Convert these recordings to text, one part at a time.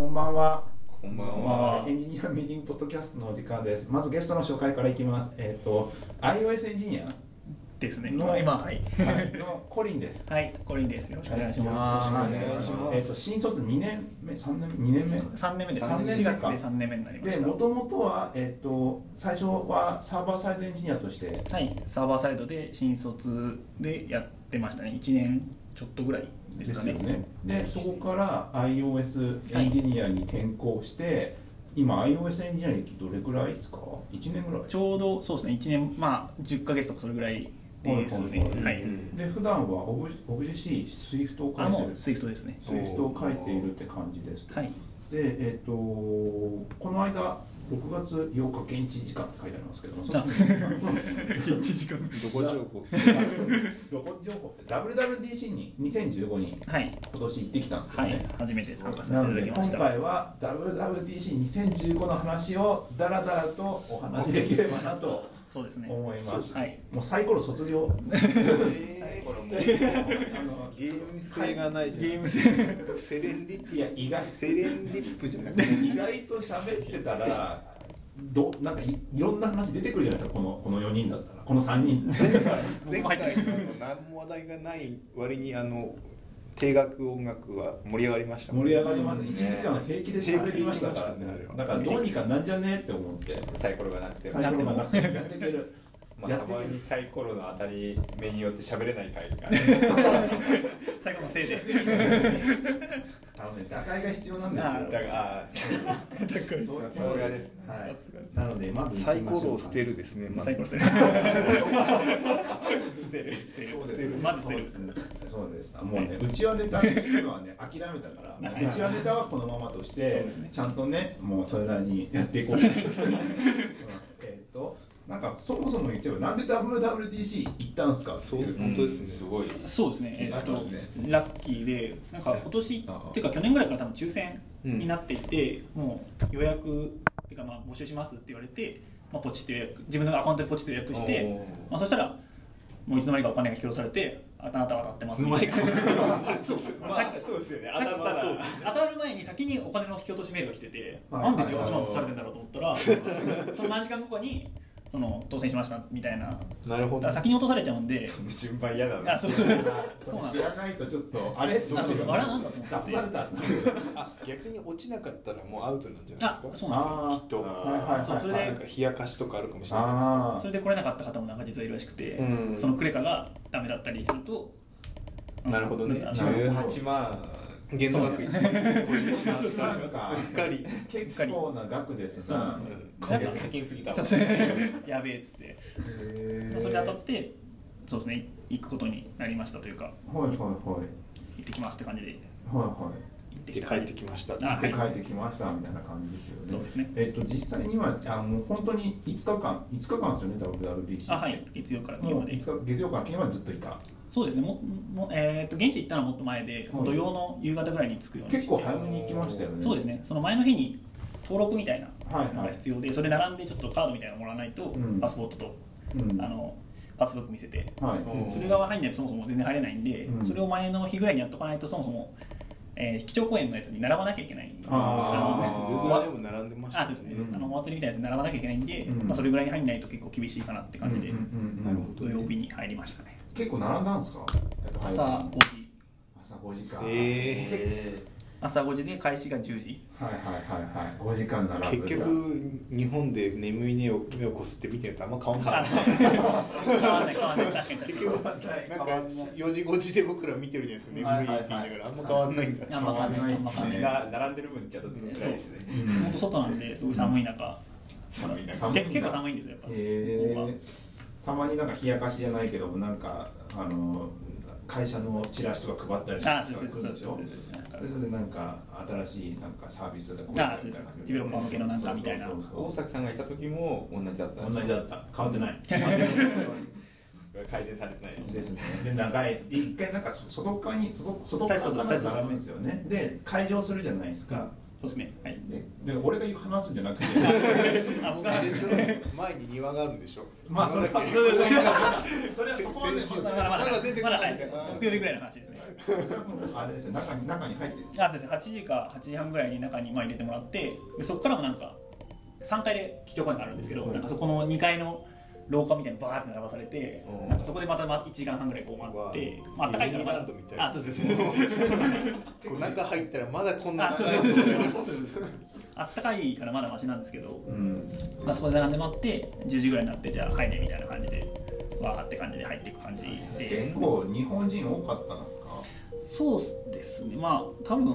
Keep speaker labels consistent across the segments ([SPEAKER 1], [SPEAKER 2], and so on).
[SPEAKER 1] んばんは。
[SPEAKER 2] こんばん
[SPEAKER 1] こんばんは
[SPEAKER 2] は。
[SPEAKER 1] エンジニアミーティングポッドキャストのお時間です。まずゲストの紹介からいきます。えっ、と、iOS エンジニア
[SPEAKER 3] ですね。
[SPEAKER 1] の
[SPEAKER 3] 今はい。
[SPEAKER 1] のコリンです。
[SPEAKER 3] はい、コリンです。よろしくお願いし
[SPEAKER 1] は
[SPEAKER 3] ま
[SPEAKER 1] い
[SPEAKER 3] す。
[SPEAKER 1] よろしくお願いしますえっ、と、
[SPEAKER 2] す
[SPEAKER 1] 新卒2年目、3年目、2年目。
[SPEAKER 3] 三年目です。
[SPEAKER 1] 三
[SPEAKER 3] 三
[SPEAKER 1] 年目
[SPEAKER 3] 年
[SPEAKER 1] で
[SPEAKER 3] 目です
[SPEAKER 1] か
[SPEAKER 3] 三年目になりま
[SPEAKER 1] で、
[SPEAKER 3] し
[SPEAKER 1] もともとは、えっ、と、最初はサーバーサイドエンジニアとして、
[SPEAKER 3] た。はい、サーバーサイドで新卒でやってましたね。一年ちょっとぐらいで
[SPEAKER 1] です
[SPEAKER 3] か
[SPEAKER 1] すよ
[SPEAKER 3] ね。
[SPEAKER 1] ね。で、そこから iOS エンジニアに転向して、今 iOS エンジニア歴どれくらいですか ?1 年ぐらい
[SPEAKER 3] ちょうどそうですね。一年まあ十ヶ月とかそれぐらいですね。
[SPEAKER 1] はいはい
[SPEAKER 3] は
[SPEAKER 2] う
[SPEAKER 3] い。
[SPEAKER 2] ん
[SPEAKER 1] で普段はオブジオブジェ C、スイフトを書
[SPEAKER 3] あ
[SPEAKER 1] いて
[SPEAKER 3] も
[SPEAKER 1] る
[SPEAKER 3] うスイフトですね。
[SPEAKER 1] スイフトを書いているって感じですと
[SPEAKER 3] はい。
[SPEAKER 1] でえっ、とこの間6月8日現地時間って書いてありますけどもその
[SPEAKER 3] あ 現地時間。
[SPEAKER 2] どこ情報
[SPEAKER 1] どこ情報って WWDC に2015に
[SPEAKER 3] はい
[SPEAKER 1] 今年行ってきたんですよ
[SPEAKER 3] はい
[SPEAKER 1] ね、
[SPEAKER 3] 初めて参加
[SPEAKER 1] な
[SPEAKER 3] させ
[SPEAKER 1] の
[SPEAKER 3] てい
[SPEAKER 1] で
[SPEAKER 3] ただきま
[SPEAKER 1] 今
[SPEAKER 3] した。
[SPEAKER 1] 回は WWDC2015 の話をダラダラとお話しできればなと
[SPEAKER 3] そうですね。
[SPEAKER 1] 思います、
[SPEAKER 3] はい。
[SPEAKER 1] もうサイコロ卒 業
[SPEAKER 2] え
[SPEAKER 1] あの
[SPEAKER 2] ーゲーム性がないじ
[SPEAKER 3] ゲー
[SPEAKER 2] ゃ
[SPEAKER 3] ム性。
[SPEAKER 2] ん。セレンディ
[SPEAKER 1] いや意外
[SPEAKER 2] セレンディップじゃなくて。
[SPEAKER 1] 意外と喋ってたらどなんかいいろんな話出てくるじゃないですかこのこの4人だったらこの3人
[SPEAKER 2] 前回あの何も話題がない割にあの定額音楽は盛り上がりましたもん
[SPEAKER 1] 盛
[SPEAKER 2] ね
[SPEAKER 1] り上がります1時間平気で喋りましたから
[SPEAKER 2] 平気で喋りましたね
[SPEAKER 1] だからどうにかなんじゃねえって思って
[SPEAKER 4] サイコロがなくて、
[SPEAKER 1] 最後までなくてもやっていける
[SPEAKER 4] ま
[SPEAKER 1] や
[SPEAKER 4] あ、
[SPEAKER 1] って
[SPEAKER 4] た
[SPEAKER 1] みる
[SPEAKER 4] まにサイコロの当たり目によって喋れない回が、
[SPEAKER 3] 最後のせいで。
[SPEAKER 1] あのね打開が必要なんです
[SPEAKER 3] あ
[SPEAKER 1] よ
[SPEAKER 4] だが、あ ー
[SPEAKER 1] そう
[SPEAKER 4] さすがですね
[SPEAKER 1] はい
[SPEAKER 3] さすが
[SPEAKER 1] なのでまず
[SPEAKER 2] サイコロを捨て
[SPEAKER 1] る
[SPEAKER 2] るですねまず
[SPEAKER 3] 最後のせいで。
[SPEAKER 4] 捨てる。
[SPEAKER 2] 捨てる
[SPEAKER 3] まず捨てる。
[SPEAKER 1] そうですもうねうちはネタっていうのはね 諦めたからもううちはネタはこのままとして
[SPEAKER 3] そうですね
[SPEAKER 1] ちゃんとねもうそれなりにやっていこううんえっとなんかそもそも言っちゃえばなんで WWDC 行ったんすかって
[SPEAKER 2] そう
[SPEAKER 1] いう
[SPEAKER 2] 本当ですね、
[SPEAKER 4] すごい。
[SPEAKER 3] そうですね、え
[SPEAKER 1] ラッ
[SPEAKER 3] っ
[SPEAKER 1] キ
[SPEAKER 3] と
[SPEAKER 1] ーですね
[SPEAKER 3] ラッキーで、なんか今年
[SPEAKER 2] ああ
[SPEAKER 3] っていうか、去年ぐらいから多分抽選になっていて、もう予約っていうか、まあ募集しますって言われて、まあ、ポチって予約、自分のアカウントでポチって予約して、まあ、そしたら、もういつの間にかお金が引き落とされて、あたあた当たってますみたいな そうそう
[SPEAKER 4] ま
[SPEAKER 3] さっ
[SPEAKER 4] あ
[SPEAKER 3] き、
[SPEAKER 4] そうですよね。
[SPEAKER 3] さっき
[SPEAKER 4] 当たったら、
[SPEAKER 3] 当たる前に先にお金の引き落としメールが来てて、
[SPEAKER 1] はい
[SPEAKER 3] なんで18万落とされてんだろうと思ったら、その何時間後かに、その当選しましたみたいな、
[SPEAKER 2] なるほ
[SPEAKER 3] だから先に落とされちゃうんで、
[SPEAKER 4] その順番嫌だな。
[SPEAKER 3] あそうそう
[SPEAKER 1] そ
[SPEAKER 3] そう
[SPEAKER 1] れ
[SPEAKER 3] なん
[SPEAKER 1] 知
[SPEAKER 3] だ
[SPEAKER 1] らないとちょっとあれどっち
[SPEAKER 3] あれなんだ
[SPEAKER 1] が騙されたっていう
[SPEAKER 2] あ逆に落ちなかったらもうアウトなんじゃない
[SPEAKER 3] あ
[SPEAKER 2] ですか
[SPEAKER 3] そうなんですよ
[SPEAKER 1] あ
[SPEAKER 2] きっと
[SPEAKER 1] あはいはいはい
[SPEAKER 3] そうそれで
[SPEAKER 2] なんか冷やかしとかあるかもしれな
[SPEAKER 1] あ
[SPEAKER 3] それで来れなかった方もなんか実はいるらしくて、
[SPEAKER 2] うん
[SPEAKER 3] そのクレカがダメだったりすると、うん
[SPEAKER 2] なるほどね
[SPEAKER 3] あ
[SPEAKER 1] な
[SPEAKER 3] の
[SPEAKER 1] る
[SPEAKER 4] 18万。
[SPEAKER 2] いですか限度額
[SPEAKER 1] あ そうなんか
[SPEAKER 2] うっかり
[SPEAKER 1] 結構な額です
[SPEAKER 3] そうな
[SPEAKER 1] なん
[SPEAKER 3] だ
[SPEAKER 4] 今月課金すぎたわ
[SPEAKER 3] そうそう やべえっつって、
[SPEAKER 1] へー
[SPEAKER 3] それで当たってそうですね行くことになりましたというか
[SPEAKER 1] はいはいはい
[SPEAKER 3] 行ってきますって感じで行
[SPEAKER 1] はいはい
[SPEAKER 3] って
[SPEAKER 2] で
[SPEAKER 3] きた
[SPEAKER 2] 帰ってきました
[SPEAKER 3] あ
[SPEAKER 1] で
[SPEAKER 3] は
[SPEAKER 1] 帰ってきましたみたいな感じですよね。
[SPEAKER 3] そうですね
[SPEAKER 1] えっ、と実際にはあもう本当に5日間5日間ですよね WWDC って。
[SPEAKER 3] あはい月曜から金曜
[SPEAKER 1] もう
[SPEAKER 3] まで
[SPEAKER 1] 5日月曜から金曜までずっといた。
[SPEAKER 3] そうですねもも、えー、と現地行ったのはもっと前で、
[SPEAKER 1] はい
[SPEAKER 3] 土曜の夕方ぐらいに着くようにして
[SPEAKER 1] 結構早めに行きましたよね。
[SPEAKER 3] そうですねその前の日に登録みたいな
[SPEAKER 1] はい
[SPEAKER 3] の
[SPEAKER 1] は
[SPEAKER 3] が
[SPEAKER 1] い。
[SPEAKER 3] 必要でそれ並んでちょっとカードみたいなのもらわないと、
[SPEAKER 1] うん
[SPEAKER 3] パスポートと、
[SPEAKER 1] うん。
[SPEAKER 3] あのパスブック見せて
[SPEAKER 1] はい。
[SPEAKER 2] うん
[SPEAKER 3] 鶴川入んないとそもそも全然入れないんで、
[SPEAKER 1] うん
[SPEAKER 3] それを前の日ぐらいにやっとかないとそもそも、えー、基調公園のやつに並ばなきゃいけない
[SPEAKER 1] あ
[SPEAKER 2] ー
[SPEAKER 3] あの
[SPEAKER 2] Google でも並んでまし
[SPEAKER 3] あ
[SPEAKER 2] た
[SPEAKER 3] そうですね、
[SPEAKER 1] うん
[SPEAKER 3] あのお祭りみたいなやつに並ばなきゃいけないんで、
[SPEAKER 1] うん
[SPEAKER 3] まあ、それぐらいに入んないと結構厳しいかなって感じで、
[SPEAKER 1] うんうんうん
[SPEAKER 2] なるほど
[SPEAKER 3] 土曜日に入りましたね
[SPEAKER 1] 結構並んだんですか。
[SPEAKER 3] 朝5時
[SPEAKER 1] 朝5時間。
[SPEAKER 2] え
[SPEAKER 4] え
[SPEAKER 3] 朝5時で開始が10時
[SPEAKER 1] はいはいはいはい。5時間並ぶ。
[SPEAKER 2] 結局日本で眠い目を目をこすって見てるとあんま変わんない
[SPEAKER 3] あそう変わんない変わんない確か
[SPEAKER 2] 結
[SPEAKER 3] に確かに
[SPEAKER 2] 局なんか4時5時で僕ら見てるじゃないですか眠いって言いながらあんま変わんないんだ
[SPEAKER 3] あんま変わんないあんま変わんない
[SPEAKER 4] ー、な並んでる分ちょっと辛いですね。
[SPEAKER 3] 本当外なんですごい寒い中、
[SPEAKER 4] 寒いな。
[SPEAKER 1] 寒いんだ
[SPEAKER 3] け結構寒いんですよやっぱ、
[SPEAKER 1] へ
[SPEAKER 3] ここは
[SPEAKER 1] えたまになんか冷やかしじゃないけどもなんかあの会社のチラシとか配ったりして
[SPEAKER 3] あそうそう
[SPEAKER 1] 来るでしょ
[SPEAKER 3] そうそうそう
[SPEAKER 1] それでなんか新しいなんかサービスがこ
[SPEAKER 3] あそうそうディベロッパー向けのなんかみたいな
[SPEAKER 1] そうそうそう
[SPEAKER 4] 大崎さんがいた時も同じだった
[SPEAKER 1] 同
[SPEAKER 4] んですよ
[SPEAKER 1] じだった変わってない
[SPEAKER 4] 改善されてないです。
[SPEAKER 1] ですねで長いで一回なんかそ外側に外外側
[SPEAKER 3] そうそう
[SPEAKER 1] に
[SPEAKER 3] そうそう
[SPEAKER 1] 並ぶんですよねで会場するじゃないですか
[SPEAKER 3] そうですねはい
[SPEAKER 1] でで俺が言う話すんじゃ なくて
[SPEAKER 3] あ僕はですね
[SPEAKER 2] 前に庭があるんでしょ
[SPEAKER 1] まあそれは
[SPEAKER 3] それ
[SPEAKER 1] それはそこまでし
[SPEAKER 2] 先
[SPEAKER 1] よ
[SPEAKER 2] 週
[SPEAKER 1] う
[SPEAKER 3] まだまだ
[SPEAKER 2] まだ出てこない
[SPEAKER 3] まだはい木曜日ぐらいの話ですね
[SPEAKER 1] あれですね中に中に入ってる
[SPEAKER 3] あそうです8時か8時半ぐらいに中にまあ入れてもらってでそこからもなんか3階で基調講演があるんですけど、
[SPEAKER 2] はい
[SPEAKER 3] なんかそこの2階の廊下みたいなのバーって並ばされて、
[SPEAKER 2] うん
[SPEAKER 3] なんかそこでまた1時間半ぐらいこう待って、
[SPEAKER 2] うわ
[SPEAKER 3] まああったかいからま
[SPEAKER 2] デ
[SPEAKER 3] だ
[SPEAKER 2] ィズニーランドみたいな
[SPEAKER 3] あそうですそうです
[SPEAKER 2] こう中入ったらまだこんな
[SPEAKER 3] あそう
[SPEAKER 2] 長い
[SPEAKER 3] そうそう あったかいからまだマシなんですけど、
[SPEAKER 1] うん
[SPEAKER 3] まあ、そこで並んで待って10時ぐらいになってじゃあ入れみたいな感じでわーって感じで入っていく感じです
[SPEAKER 1] 結構日本人多かったんですか
[SPEAKER 3] そうですねまあ多分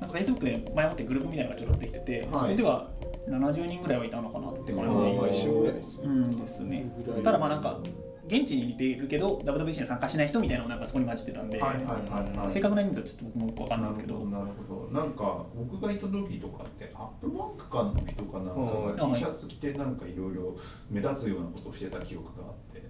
[SPEAKER 3] なんか Facebook で前もってグループみたいなのがちょっとできてて、
[SPEAKER 1] はい
[SPEAKER 3] それでは70人ぐらいはいたのかなって感
[SPEAKER 1] うん
[SPEAKER 2] まあ
[SPEAKER 3] じ
[SPEAKER 2] 一緒ぐらいですよ
[SPEAKER 3] うんですねただまあなんか現地にいているけど WBC に参加しない人みたいなのなんかそこに混じってたんで、
[SPEAKER 1] はいはいはいはい
[SPEAKER 3] 正確な人数はちょっと僕もよく分かんないんですけど
[SPEAKER 1] なるほどなんか僕がいた時とかってアップバンクかの人かなんか
[SPEAKER 3] うん
[SPEAKER 1] が T シャツ着てなんかいろいろ目立つようなことをしてた記憶があ って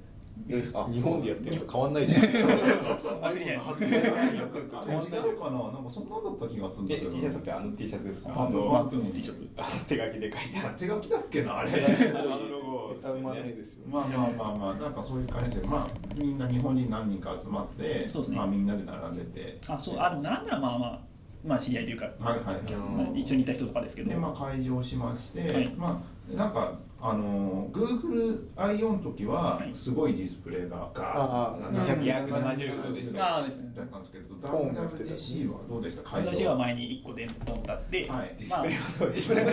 [SPEAKER 4] あ
[SPEAKER 2] 日本でやってるのと変わんないじゃん
[SPEAKER 3] 祭りじゃないですか
[SPEAKER 1] 違うか
[SPEAKER 2] 変わんないです
[SPEAKER 1] ななんかそんなんだった気がするんだ
[SPEAKER 4] え
[SPEAKER 1] け
[SPEAKER 4] T
[SPEAKER 1] ど
[SPEAKER 4] シャツってあの T シャツですか
[SPEAKER 1] あ
[SPEAKER 4] あ
[SPEAKER 1] の
[SPEAKER 3] バ
[SPEAKER 4] の
[SPEAKER 3] ンクの T シャツ
[SPEAKER 4] あ手書きで書いてある
[SPEAKER 1] 手書きだっけなあれ
[SPEAKER 4] あのロゴ
[SPEAKER 2] 歌うまないですよ
[SPEAKER 1] まあまあまあまあなんかそういう感じでまあみんな日本人何人か集まって
[SPEAKER 3] そうですね
[SPEAKER 1] まあみんなで並んでて
[SPEAKER 3] あそうあでも並んだらまあまあまあ知り合いというか、
[SPEAKER 1] はいはいはい
[SPEAKER 3] まあ一緒にいた人とかですけど
[SPEAKER 1] でまあ開場しまして、
[SPEAKER 3] はい
[SPEAKER 1] まあなんかあの GoogleIO の時は
[SPEAKER 3] はい
[SPEAKER 1] すごいディスプレイがガー
[SPEAKER 2] あ
[SPEAKER 1] ッ
[SPEAKER 2] あ
[SPEAKER 1] となんか
[SPEAKER 4] 270度でし
[SPEAKER 3] あ
[SPEAKER 4] た
[SPEAKER 3] あですね
[SPEAKER 1] だったんですけど
[SPEAKER 2] ーンが出てた
[SPEAKER 1] WWDC はどうでした会場
[SPEAKER 3] 私は前に1個電灯立って、
[SPEAKER 1] はい
[SPEAKER 4] ディ
[SPEAKER 3] ま
[SPEAKER 4] ス
[SPEAKER 3] あ
[SPEAKER 4] プレイはそうでしたね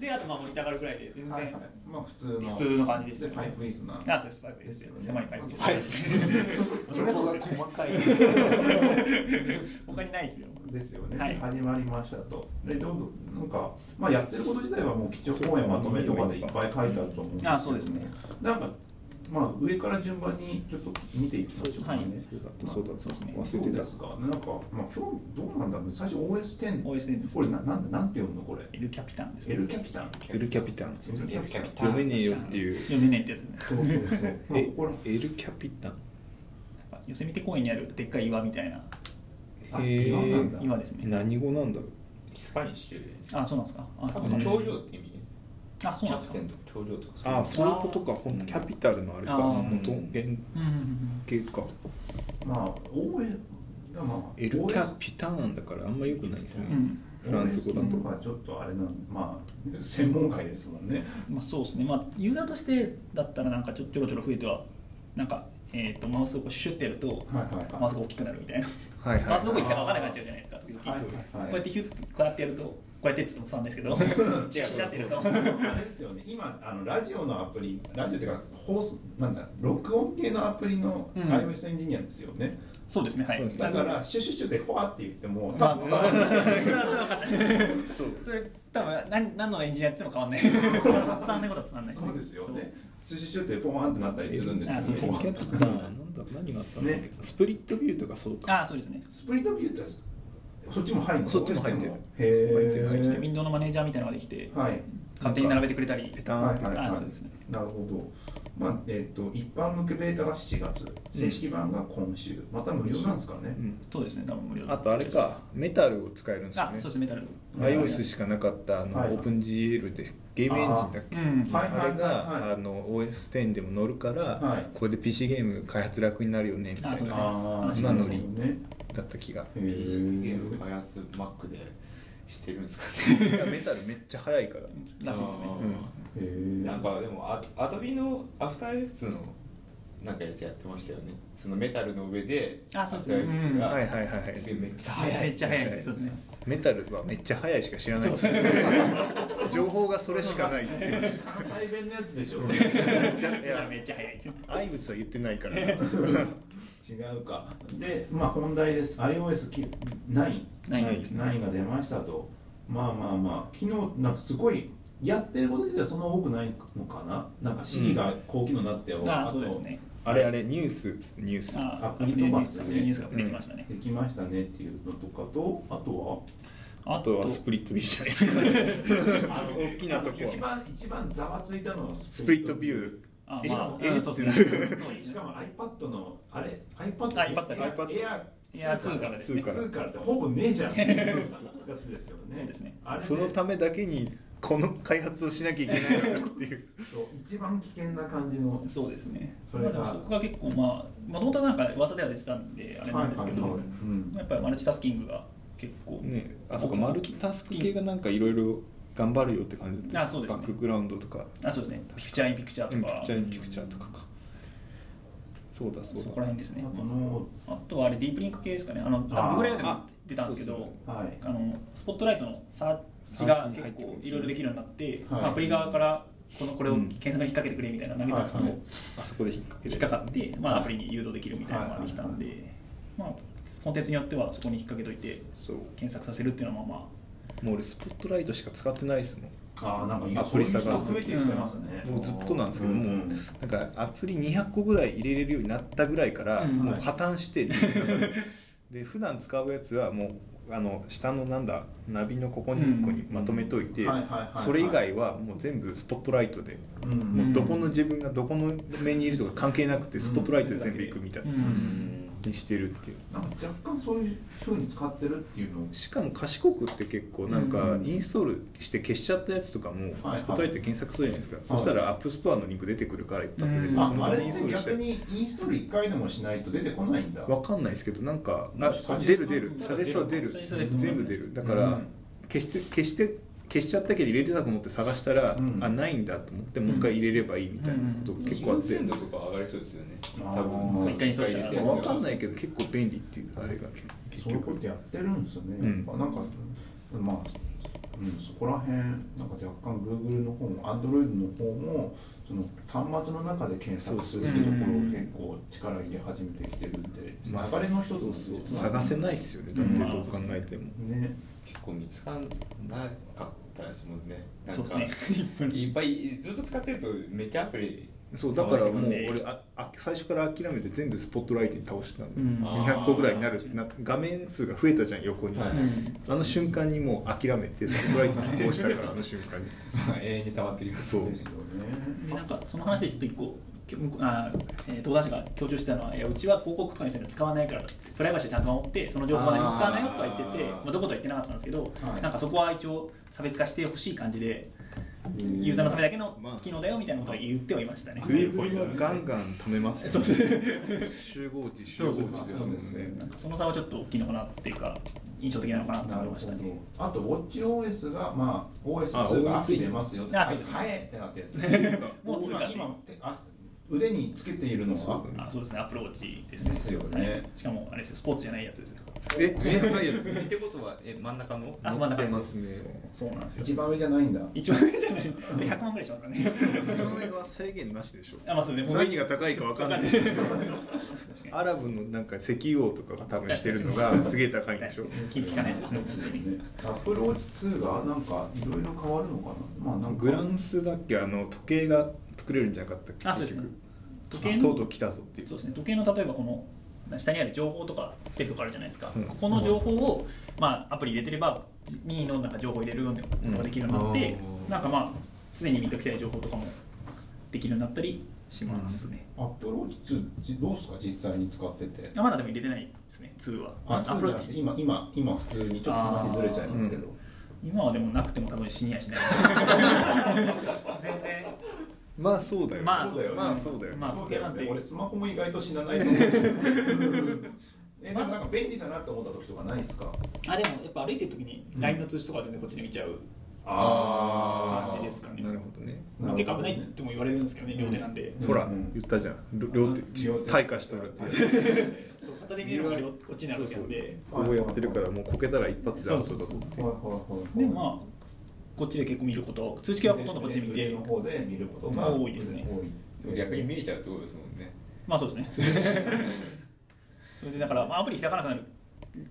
[SPEAKER 3] であとまあモニターがあるぐらいで全然、
[SPEAKER 1] はいはいまあ普通の
[SPEAKER 3] 普通の感じでしたね
[SPEAKER 1] パイプイズな
[SPEAKER 3] あそうですパイプですよ狭いパイプです
[SPEAKER 1] パイ
[SPEAKER 3] それはそう
[SPEAKER 2] 情報が
[SPEAKER 3] ですよ
[SPEAKER 2] 細かい
[SPEAKER 3] 他にないですよ
[SPEAKER 1] ですよね、
[SPEAKER 3] はい
[SPEAKER 1] 始まりましたとでどんどんなんか、まあ、やってること自体はもう基調講演まとめとかでいっぱい書いてあると思うんけど
[SPEAKER 3] あそうですね
[SPEAKER 1] なんかまあ上から順番にちょっと見ていきましょうかね
[SPEAKER 3] そうです
[SPEAKER 2] そうだった
[SPEAKER 1] まあ
[SPEAKER 2] そ
[SPEAKER 1] そう
[SPEAKER 2] うだった忘れて
[SPEAKER 1] で
[SPEAKER 2] た
[SPEAKER 1] すかなんかまあ今日どうなんだろう最初 OS10
[SPEAKER 3] OS です
[SPEAKER 1] これななんでなんて読むのこれ
[SPEAKER 3] L キャピタンですね
[SPEAKER 1] L キャピタン
[SPEAKER 2] エルキャピタン
[SPEAKER 1] エルキャピタン
[SPEAKER 2] 読めねえよっていう
[SPEAKER 3] 読めねえってやつですね
[SPEAKER 1] そうそうそうまあ
[SPEAKER 2] え
[SPEAKER 1] ここら
[SPEAKER 2] エルキャピタン
[SPEAKER 3] なんか寄せ見て公園にあるでっかい岩みたいな
[SPEAKER 1] あ
[SPEAKER 2] へ
[SPEAKER 1] 岩なんだ
[SPEAKER 2] え
[SPEAKER 3] 岩ですね
[SPEAKER 2] 何語なんだろう
[SPEAKER 4] スパニッシュです
[SPEAKER 3] あそうなんですかあ
[SPEAKER 4] 多分頂上って意味
[SPEAKER 3] あそ
[SPEAKER 4] キ
[SPEAKER 3] うな
[SPEAKER 4] ャ
[SPEAKER 3] んで
[SPEAKER 4] プ
[SPEAKER 3] す
[SPEAKER 4] テ
[SPEAKER 3] か
[SPEAKER 4] ンとか頂上とか
[SPEAKER 2] ああ
[SPEAKER 4] そ
[SPEAKER 2] そういうことかほんと
[SPEAKER 4] うん
[SPEAKER 2] キャピタルのあれか
[SPEAKER 3] あー
[SPEAKER 2] 元原
[SPEAKER 3] うんうんうん
[SPEAKER 2] 型か
[SPEAKER 1] まあ OS まあ
[SPEAKER 2] エルキ
[SPEAKER 1] OS
[SPEAKER 2] ャピターンだからあんま良くないですね、
[SPEAKER 3] うん
[SPEAKER 2] フランス語だと
[SPEAKER 1] OS はちょっとあれなんまあ専門外ですもんね
[SPEAKER 3] まあ、そうですね、まあ、ユーザーとしてだったらなんかちょちょろちょろ増えてはなんか、えー、とマウスをこうシュッてやると
[SPEAKER 1] はいはいはい
[SPEAKER 3] マウスが大きくなるみたいな、
[SPEAKER 2] はいはい
[SPEAKER 3] マウスどこ行ったか分からなくなっちゃうじゃないですか時々、
[SPEAKER 1] はいはいはい
[SPEAKER 3] こうやってヒュッてこうやってやるとこうやってって言っても3ですけどシャキシャキってやると
[SPEAKER 1] あれですよね、今あのラジオのアプリ、ラジオっていうか放送なんだ、録音系のアプリの
[SPEAKER 3] うん
[SPEAKER 1] iOS エンジニアですよね。
[SPEAKER 3] そうですねはい
[SPEAKER 2] そうです
[SPEAKER 1] だからシュシュシュでホワって言っても
[SPEAKER 3] ま
[SPEAKER 1] 多
[SPEAKER 3] あ、
[SPEAKER 1] 分
[SPEAKER 3] そ
[SPEAKER 1] 伝わ
[SPEAKER 3] れは
[SPEAKER 1] らない。
[SPEAKER 3] それは分かんない
[SPEAKER 2] そう
[SPEAKER 3] それ多分何何のエンジニアやっても変わんない伝わんないことは伝わんない
[SPEAKER 1] そうですよね。シュシュシュってポワンってなったりするんで
[SPEAKER 3] あそう
[SPEAKER 1] す
[SPEAKER 3] そ
[SPEAKER 1] よ
[SPEAKER 3] う
[SPEAKER 2] キャ
[SPEAKER 1] ね。
[SPEAKER 2] ピターンなんだ何があったんだっけ、
[SPEAKER 1] ね
[SPEAKER 2] スプリットビューとかそうか
[SPEAKER 3] ああそうですね
[SPEAKER 1] スプリットビューってそっちも入るの？
[SPEAKER 2] そっちも入ってる
[SPEAKER 1] へえ。
[SPEAKER 2] 入ってる
[SPEAKER 3] ウィンドウのマネージャーみたいなのができて
[SPEAKER 1] はい。
[SPEAKER 3] 勝手に並べてくれたり
[SPEAKER 2] ペターン
[SPEAKER 1] は
[SPEAKER 2] っ
[SPEAKER 1] い
[SPEAKER 2] て
[SPEAKER 1] はいはい
[SPEAKER 3] あそうですね
[SPEAKER 1] なるほど、まあえっと一般向けベータが7月正式版が今週、また無料なんですかね、
[SPEAKER 2] うん
[SPEAKER 3] そうですね多分無料
[SPEAKER 2] あとあれかメタルを使えるんですよ
[SPEAKER 3] あ
[SPEAKER 2] ね
[SPEAKER 3] そうですメタル
[SPEAKER 2] iOS しかなかったあの、
[SPEAKER 1] はい
[SPEAKER 2] OpenGL でゲームエンジンだっけ
[SPEAKER 3] う
[SPEAKER 2] あ,、
[SPEAKER 3] ん
[SPEAKER 1] はいはいはい
[SPEAKER 2] れが、
[SPEAKER 1] はい
[SPEAKER 2] あの OS10 でも乗るから、
[SPEAKER 1] はい
[SPEAKER 2] これで PC ゲーム開発楽になるよねみた
[SPEAKER 3] あ
[SPEAKER 2] い
[SPEAKER 3] そうです
[SPEAKER 2] な
[SPEAKER 1] あ
[SPEAKER 3] ね
[SPEAKER 1] あ
[SPEAKER 3] 話
[SPEAKER 2] なのに
[SPEAKER 1] そうですね
[SPEAKER 2] だった気が
[SPEAKER 1] へ
[SPEAKER 4] ゲーム
[SPEAKER 1] ー
[SPEAKER 4] 開発 Mac でしてるん ですかね
[SPEAKER 2] いやメタルめっちゃ早いから
[SPEAKER 3] らしいですね
[SPEAKER 1] へ
[SPEAKER 4] なん
[SPEAKER 1] ー
[SPEAKER 4] かでもアアドビのアフターエフェクツのなんかやつやってましたよねそのメタルの上で
[SPEAKER 3] あそうそう
[SPEAKER 4] アフターエフェクツが、
[SPEAKER 2] はいはいはいはい
[SPEAKER 4] めっちゃ
[SPEAKER 3] め
[SPEAKER 4] 早
[SPEAKER 3] っ
[SPEAKER 4] い
[SPEAKER 3] ちゃ早いですよね
[SPEAKER 2] メタルはめっちゃ早いしか知らないですよ情報がそれしかない
[SPEAKER 1] 関西弁のやつでしょ
[SPEAKER 3] めちゃめちゃ早い
[SPEAKER 2] アイブスは言ってないから
[SPEAKER 1] 違うかでまあ本題です iOS9
[SPEAKER 3] ない
[SPEAKER 2] ない
[SPEAKER 3] ですね
[SPEAKER 1] 9が出ましたとまあまあまあ昨日なんかすごいやってること自体はそんな多くないのかななんか Siri が高機能になってよ、
[SPEAKER 3] あ
[SPEAKER 1] と
[SPEAKER 3] そうですね
[SPEAKER 2] あれあれニュースニュース
[SPEAKER 3] あ
[SPEAKER 1] アプリ
[SPEAKER 3] で
[SPEAKER 1] の
[SPEAKER 3] ニュ
[SPEAKER 1] バ
[SPEAKER 3] ー
[SPEAKER 1] ッ
[SPEAKER 3] ス
[SPEAKER 1] グ
[SPEAKER 3] が
[SPEAKER 1] ね
[SPEAKER 3] ニュースが出てましたね
[SPEAKER 1] できましたねっていうのとかとあと
[SPEAKER 3] あ
[SPEAKER 2] あとはスプリットビューじゃないです か大きなと
[SPEAKER 1] は
[SPEAKER 2] こ
[SPEAKER 1] 一
[SPEAKER 2] は
[SPEAKER 1] 番一番ざわついたのは
[SPEAKER 2] ス
[SPEAKER 1] ス
[SPEAKER 2] プリットビ
[SPEAKER 1] ー
[SPEAKER 2] ュ
[SPEAKER 3] あ
[SPEAKER 2] え
[SPEAKER 3] まあ
[SPEAKER 2] え
[SPEAKER 3] うんそうですねそうです
[SPEAKER 1] し
[SPEAKER 3] ね
[SPEAKER 1] かも iPad のあれ iPad
[SPEAKER 3] あ iPad
[SPEAKER 1] エア
[SPEAKER 3] いや2からですね
[SPEAKER 2] 通貨
[SPEAKER 1] 通貨ってほぼねえじゃんっていうやつですよね。
[SPEAKER 3] そうですね
[SPEAKER 1] あれね
[SPEAKER 2] そのためだけにこの開発をしなきゃいけないのかっていう
[SPEAKER 1] そう一番危険な感じの。
[SPEAKER 3] そうですね
[SPEAKER 1] それが
[SPEAKER 3] まあでもそこが結構まあもともとなんか噂では出てたんであれなんですけど、
[SPEAKER 1] はいはいはいうん
[SPEAKER 3] やっぱりマルチタスキングが結構、
[SPEAKER 2] ねあそこマルチタスク系がなんかいろいろ頑張るよって感じだったよ
[SPEAKER 3] あそうですね
[SPEAKER 2] バックグラウンドとか
[SPEAKER 3] あそうですねピクチャーインピクチャ
[SPEAKER 2] う
[SPEAKER 3] ー
[SPEAKER 2] ん
[SPEAKER 3] と
[SPEAKER 2] ピ
[SPEAKER 3] か
[SPEAKER 2] クチャーインピクチャーとかかそうだそう
[SPEAKER 3] そ
[SPEAKER 2] だ
[SPEAKER 3] こら辺ですね
[SPEAKER 1] あの
[SPEAKER 3] あとはあれディープリンク系ですかねあの
[SPEAKER 1] あー
[SPEAKER 3] ダブルグレードでも
[SPEAKER 2] あ
[SPEAKER 3] 出たんですけど
[SPEAKER 2] そうそう
[SPEAKER 1] はい。
[SPEAKER 3] あのスポットライトのサーチ
[SPEAKER 2] サ
[SPEAKER 3] が
[SPEAKER 2] ーチに入っ
[SPEAKER 3] 結
[SPEAKER 2] てくる
[SPEAKER 3] 構いろいろできるようになって、
[SPEAKER 1] はい
[SPEAKER 3] まあアプリ側からこのこれを
[SPEAKER 2] うん
[SPEAKER 3] 検索に引っ掛けてくれみたいな投げた人
[SPEAKER 1] はいはい
[SPEAKER 3] を
[SPEAKER 2] あそこで引っ掛け
[SPEAKER 3] 引
[SPEAKER 2] て
[SPEAKER 3] っかかって、まあ、アプリに誘導できるみたいなのができたん
[SPEAKER 1] はい
[SPEAKER 3] で、まあ、コンテンツによってはそこに引っ掛けといて
[SPEAKER 2] そう
[SPEAKER 3] 検索させるっていうのはまあ
[SPEAKER 2] も
[SPEAKER 3] ま
[SPEAKER 2] う俺スポットライトしか使ってないですもん
[SPEAKER 1] ああなんかいや
[SPEAKER 2] アプリ探す
[SPEAKER 1] そういう人増えてきてますね。
[SPEAKER 2] もうずっとなんですけど、
[SPEAKER 1] うん
[SPEAKER 2] もうなんかアプリ200個ぐらい入れれるようになったぐらいから、
[SPEAKER 3] うん
[SPEAKER 2] もう破 綻して、自分の中でで普段使うやつはもうあの下のなんだナビのここに1個にまとめといて、
[SPEAKER 1] うんはいはいはいはい
[SPEAKER 2] それ以外はもう全部スポットライトで、
[SPEAKER 1] うん
[SPEAKER 2] もうどこの自分がどこの面にいるとか関係なくてスポットライトで全部行くみたい
[SPEAKER 3] あ、う
[SPEAKER 2] な、
[SPEAKER 3] ん
[SPEAKER 2] にしてるっていう。
[SPEAKER 1] なんか若干そういう風に使ってるっていうのを。
[SPEAKER 2] しかも賢くって結構なんか
[SPEAKER 1] うん
[SPEAKER 2] インストールして消しちゃったやつとかも
[SPEAKER 1] はい
[SPEAKER 2] Spotify って検索するじゃないですか、そしたらアップストアのリンク出てくるから一発で、
[SPEAKER 3] う
[SPEAKER 2] そ
[SPEAKER 3] ん
[SPEAKER 2] の
[SPEAKER 1] あ
[SPEAKER 2] ま
[SPEAKER 1] あ
[SPEAKER 2] ま
[SPEAKER 1] れ
[SPEAKER 2] イン
[SPEAKER 1] っ
[SPEAKER 2] スト
[SPEAKER 1] て
[SPEAKER 2] ールし
[SPEAKER 1] 逆
[SPEAKER 2] て
[SPEAKER 1] にインストール一回でもしないと出てこないんだ。
[SPEAKER 2] わかんないですけどなんか
[SPEAKER 1] なんか
[SPEAKER 2] あ
[SPEAKER 1] サジェ
[SPEAKER 2] 出
[SPEAKER 1] スト
[SPEAKER 2] る出るサジェストは出る
[SPEAKER 3] サジェストは出る
[SPEAKER 2] 全部出るだから、
[SPEAKER 1] うん
[SPEAKER 2] 消して消して消しちゃったけど入れてたと思って探したら、
[SPEAKER 1] うん
[SPEAKER 2] あないんだと思ってもう一回入れればいいみたいなことが結構あって、
[SPEAKER 4] 鮮度とか上がりそうですよね
[SPEAKER 1] あー
[SPEAKER 4] 多分
[SPEAKER 1] そう
[SPEAKER 4] 一
[SPEAKER 1] 一
[SPEAKER 3] 回にそうしたら
[SPEAKER 4] 回入れ
[SPEAKER 2] ま
[SPEAKER 4] た
[SPEAKER 2] あ
[SPEAKER 4] やつが
[SPEAKER 2] わかんないけど結構便利っていうあれが結
[SPEAKER 1] そういうこ
[SPEAKER 2] 局
[SPEAKER 1] とやってるんですよね。
[SPEAKER 2] うん
[SPEAKER 1] やっぱなんか、まあ、うん、そこら辺、なんか若干 Google の方も Android の方もその端末の中で検索するっていうところを結構力入れ始めてきてるんで、流れ
[SPEAKER 2] まあ
[SPEAKER 1] の一つ
[SPEAKER 2] そうそう
[SPEAKER 1] ですね
[SPEAKER 2] 探せないっすよねだ
[SPEAKER 3] うん
[SPEAKER 2] ってどう考えても、
[SPEAKER 1] ね。
[SPEAKER 4] 結構見つかんなかったですもんねなん
[SPEAKER 3] そう
[SPEAKER 4] か
[SPEAKER 3] ですね
[SPEAKER 4] いっぱいずっと使ってるとめっちゃアプリ
[SPEAKER 2] そうだからも
[SPEAKER 4] 変わ
[SPEAKER 2] う
[SPEAKER 4] って
[SPEAKER 2] 俺ああ最初から諦めて全部スポットライトに倒してたんで、
[SPEAKER 3] うん
[SPEAKER 2] 200個ぐらいになるな画面数が増えたじゃん横に、
[SPEAKER 4] はい
[SPEAKER 3] うん
[SPEAKER 2] あの瞬間にもう諦めてスポットライトに移行したからあの瞬間に
[SPEAKER 4] ますね永遠に溜まってきます
[SPEAKER 2] そう
[SPEAKER 1] ですよね。
[SPEAKER 3] でなんかその話でちょっと一個きょ向こうあー、えー、登壇者が強調してたのはいやうちは広告とかにして使わないからプライバシーちゃんと守ってその情報は何も使わないよとは言ってて
[SPEAKER 4] あー
[SPEAKER 3] まあ、どことは言ってなかったんですけど、
[SPEAKER 1] はい
[SPEAKER 3] なんかそこは一応差別化してほしい感じでユーザーのためだけの
[SPEAKER 2] まあ
[SPEAKER 3] 機能だよみたいなことは言ってはいましたね、
[SPEAKER 2] Google はガンガン貯めますよね。集合値、集合値ですも
[SPEAKER 1] そ
[SPEAKER 2] ん
[SPEAKER 1] うそう
[SPEAKER 2] ね
[SPEAKER 1] そ。
[SPEAKER 3] なんかその差はちょっと大きいのかなっていうか印象的なのかなと
[SPEAKER 1] な
[SPEAKER 3] 思
[SPEAKER 1] る
[SPEAKER 3] い
[SPEAKER 1] ほ
[SPEAKER 3] ま
[SPEAKER 1] ど
[SPEAKER 3] したね。
[SPEAKER 1] あと、WatchOS が、まあ、
[SPEAKER 2] あ
[SPEAKER 1] OS2 が
[SPEAKER 2] OS
[SPEAKER 1] 秋出ますよって、
[SPEAKER 3] あ
[SPEAKER 1] は
[SPEAKER 3] そ
[SPEAKER 1] いう
[SPEAKER 3] です。
[SPEAKER 1] 買えってなったやつね
[SPEAKER 3] もう通貨
[SPEAKER 1] 今今手足腕につけているのは
[SPEAKER 3] あそうですねアプローチですね
[SPEAKER 1] ですよ
[SPEAKER 3] はい
[SPEAKER 1] ね。
[SPEAKER 3] しかもあれですよスポーツじゃないやつですよ
[SPEAKER 2] え、
[SPEAKER 4] え
[SPEAKER 2] 高いやつ。
[SPEAKER 4] ってことはえ真ん中の
[SPEAKER 3] あ真ん
[SPEAKER 2] 出
[SPEAKER 3] 中のや
[SPEAKER 2] ま
[SPEAKER 3] つ
[SPEAKER 2] すね。
[SPEAKER 3] そうなんです
[SPEAKER 1] 一
[SPEAKER 3] よ
[SPEAKER 1] 番上じゃないんだ。
[SPEAKER 3] 一番上じゃない100万ぐらいしますからね
[SPEAKER 2] 照明は制限なしでしょ。
[SPEAKER 3] あまあそうねもう
[SPEAKER 2] 何が高いかわかんない。アラブのなんか石油王とかが多分してるのがすげえ高いんでしょ。
[SPEAKER 3] 気に利かないですね
[SPEAKER 1] ですよね。アプローチ2がなんかいろいろ変わるのかな。まあなんか
[SPEAKER 2] グランスだっけあの時計が作れるんじゃなかったっけ
[SPEAKER 3] あそうですね時計の
[SPEAKER 2] とうとう来たぞっていう
[SPEAKER 3] そうですね時計の例えばこの下にある情報とかペットとかあるじゃないですか、
[SPEAKER 2] うん
[SPEAKER 3] ここの情報を、まあ、アプリ入れてれば任意のなんか情報を入れるようなことができるようになって、
[SPEAKER 4] うん
[SPEAKER 3] なんかまあ常に見ときたい情報とかもできるようになったりしますね、
[SPEAKER 1] アプローチ2どうですか実際に使ってて。
[SPEAKER 3] あまだでも入れてないですね2は
[SPEAKER 1] あ、
[SPEAKER 3] アプロー
[SPEAKER 1] 2じゃなくて
[SPEAKER 3] チ
[SPEAKER 1] 今今今普通にちょっと話ずれちゃいますけど。
[SPEAKER 3] 今はでもなくても多分死にやしない全然
[SPEAKER 2] まあそうだよ。
[SPEAKER 3] まあ
[SPEAKER 1] そうだよね
[SPEAKER 2] まあそうだよ。
[SPEAKER 3] まあ
[SPEAKER 1] そうだよ
[SPEAKER 3] 時計なん
[SPEAKER 1] ね。
[SPEAKER 3] て
[SPEAKER 1] 俺スマホも意外と死なないと思うし。うんえでもなんか便利だなと思った時とかないですか。
[SPEAKER 3] あでもやっぱ歩いてる時に LINE の通知とかは全然こっちで見ちゃう
[SPEAKER 1] あ
[SPEAKER 3] 感じですかね、
[SPEAKER 2] なるほどね。
[SPEAKER 3] まあ、結構危ないっても言われるんですけどね両手なんで、
[SPEAKER 2] そら
[SPEAKER 1] うん
[SPEAKER 2] 言ったじゃん。両手
[SPEAKER 1] 両手
[SPEAKER 2] 退化しとるって。
[SPEAKER 3] そう片手見えるのが両こっちにあるわけなんで
[SPEAKER 2] こうやってるからもうこけたら一発でアウトだぞって
[SPEAKER 1] ほらほらほらほら。
[SPEAKER 3] でまあこっちで結構見ること通知系はほとんどこっちで見
[SPEAKER 1] 腕
[SPEAKER 3] て
[SPEAKER 1] の方で見ることが
[SPEAKER 3] 多いですね
[SPEAKER 1] 多い
[SPEAKER 4] 逆に見れちゃうってことですもんね
[SPEAKER 3] まあそうですねそれでだから、まあ、アプリ開かなくなる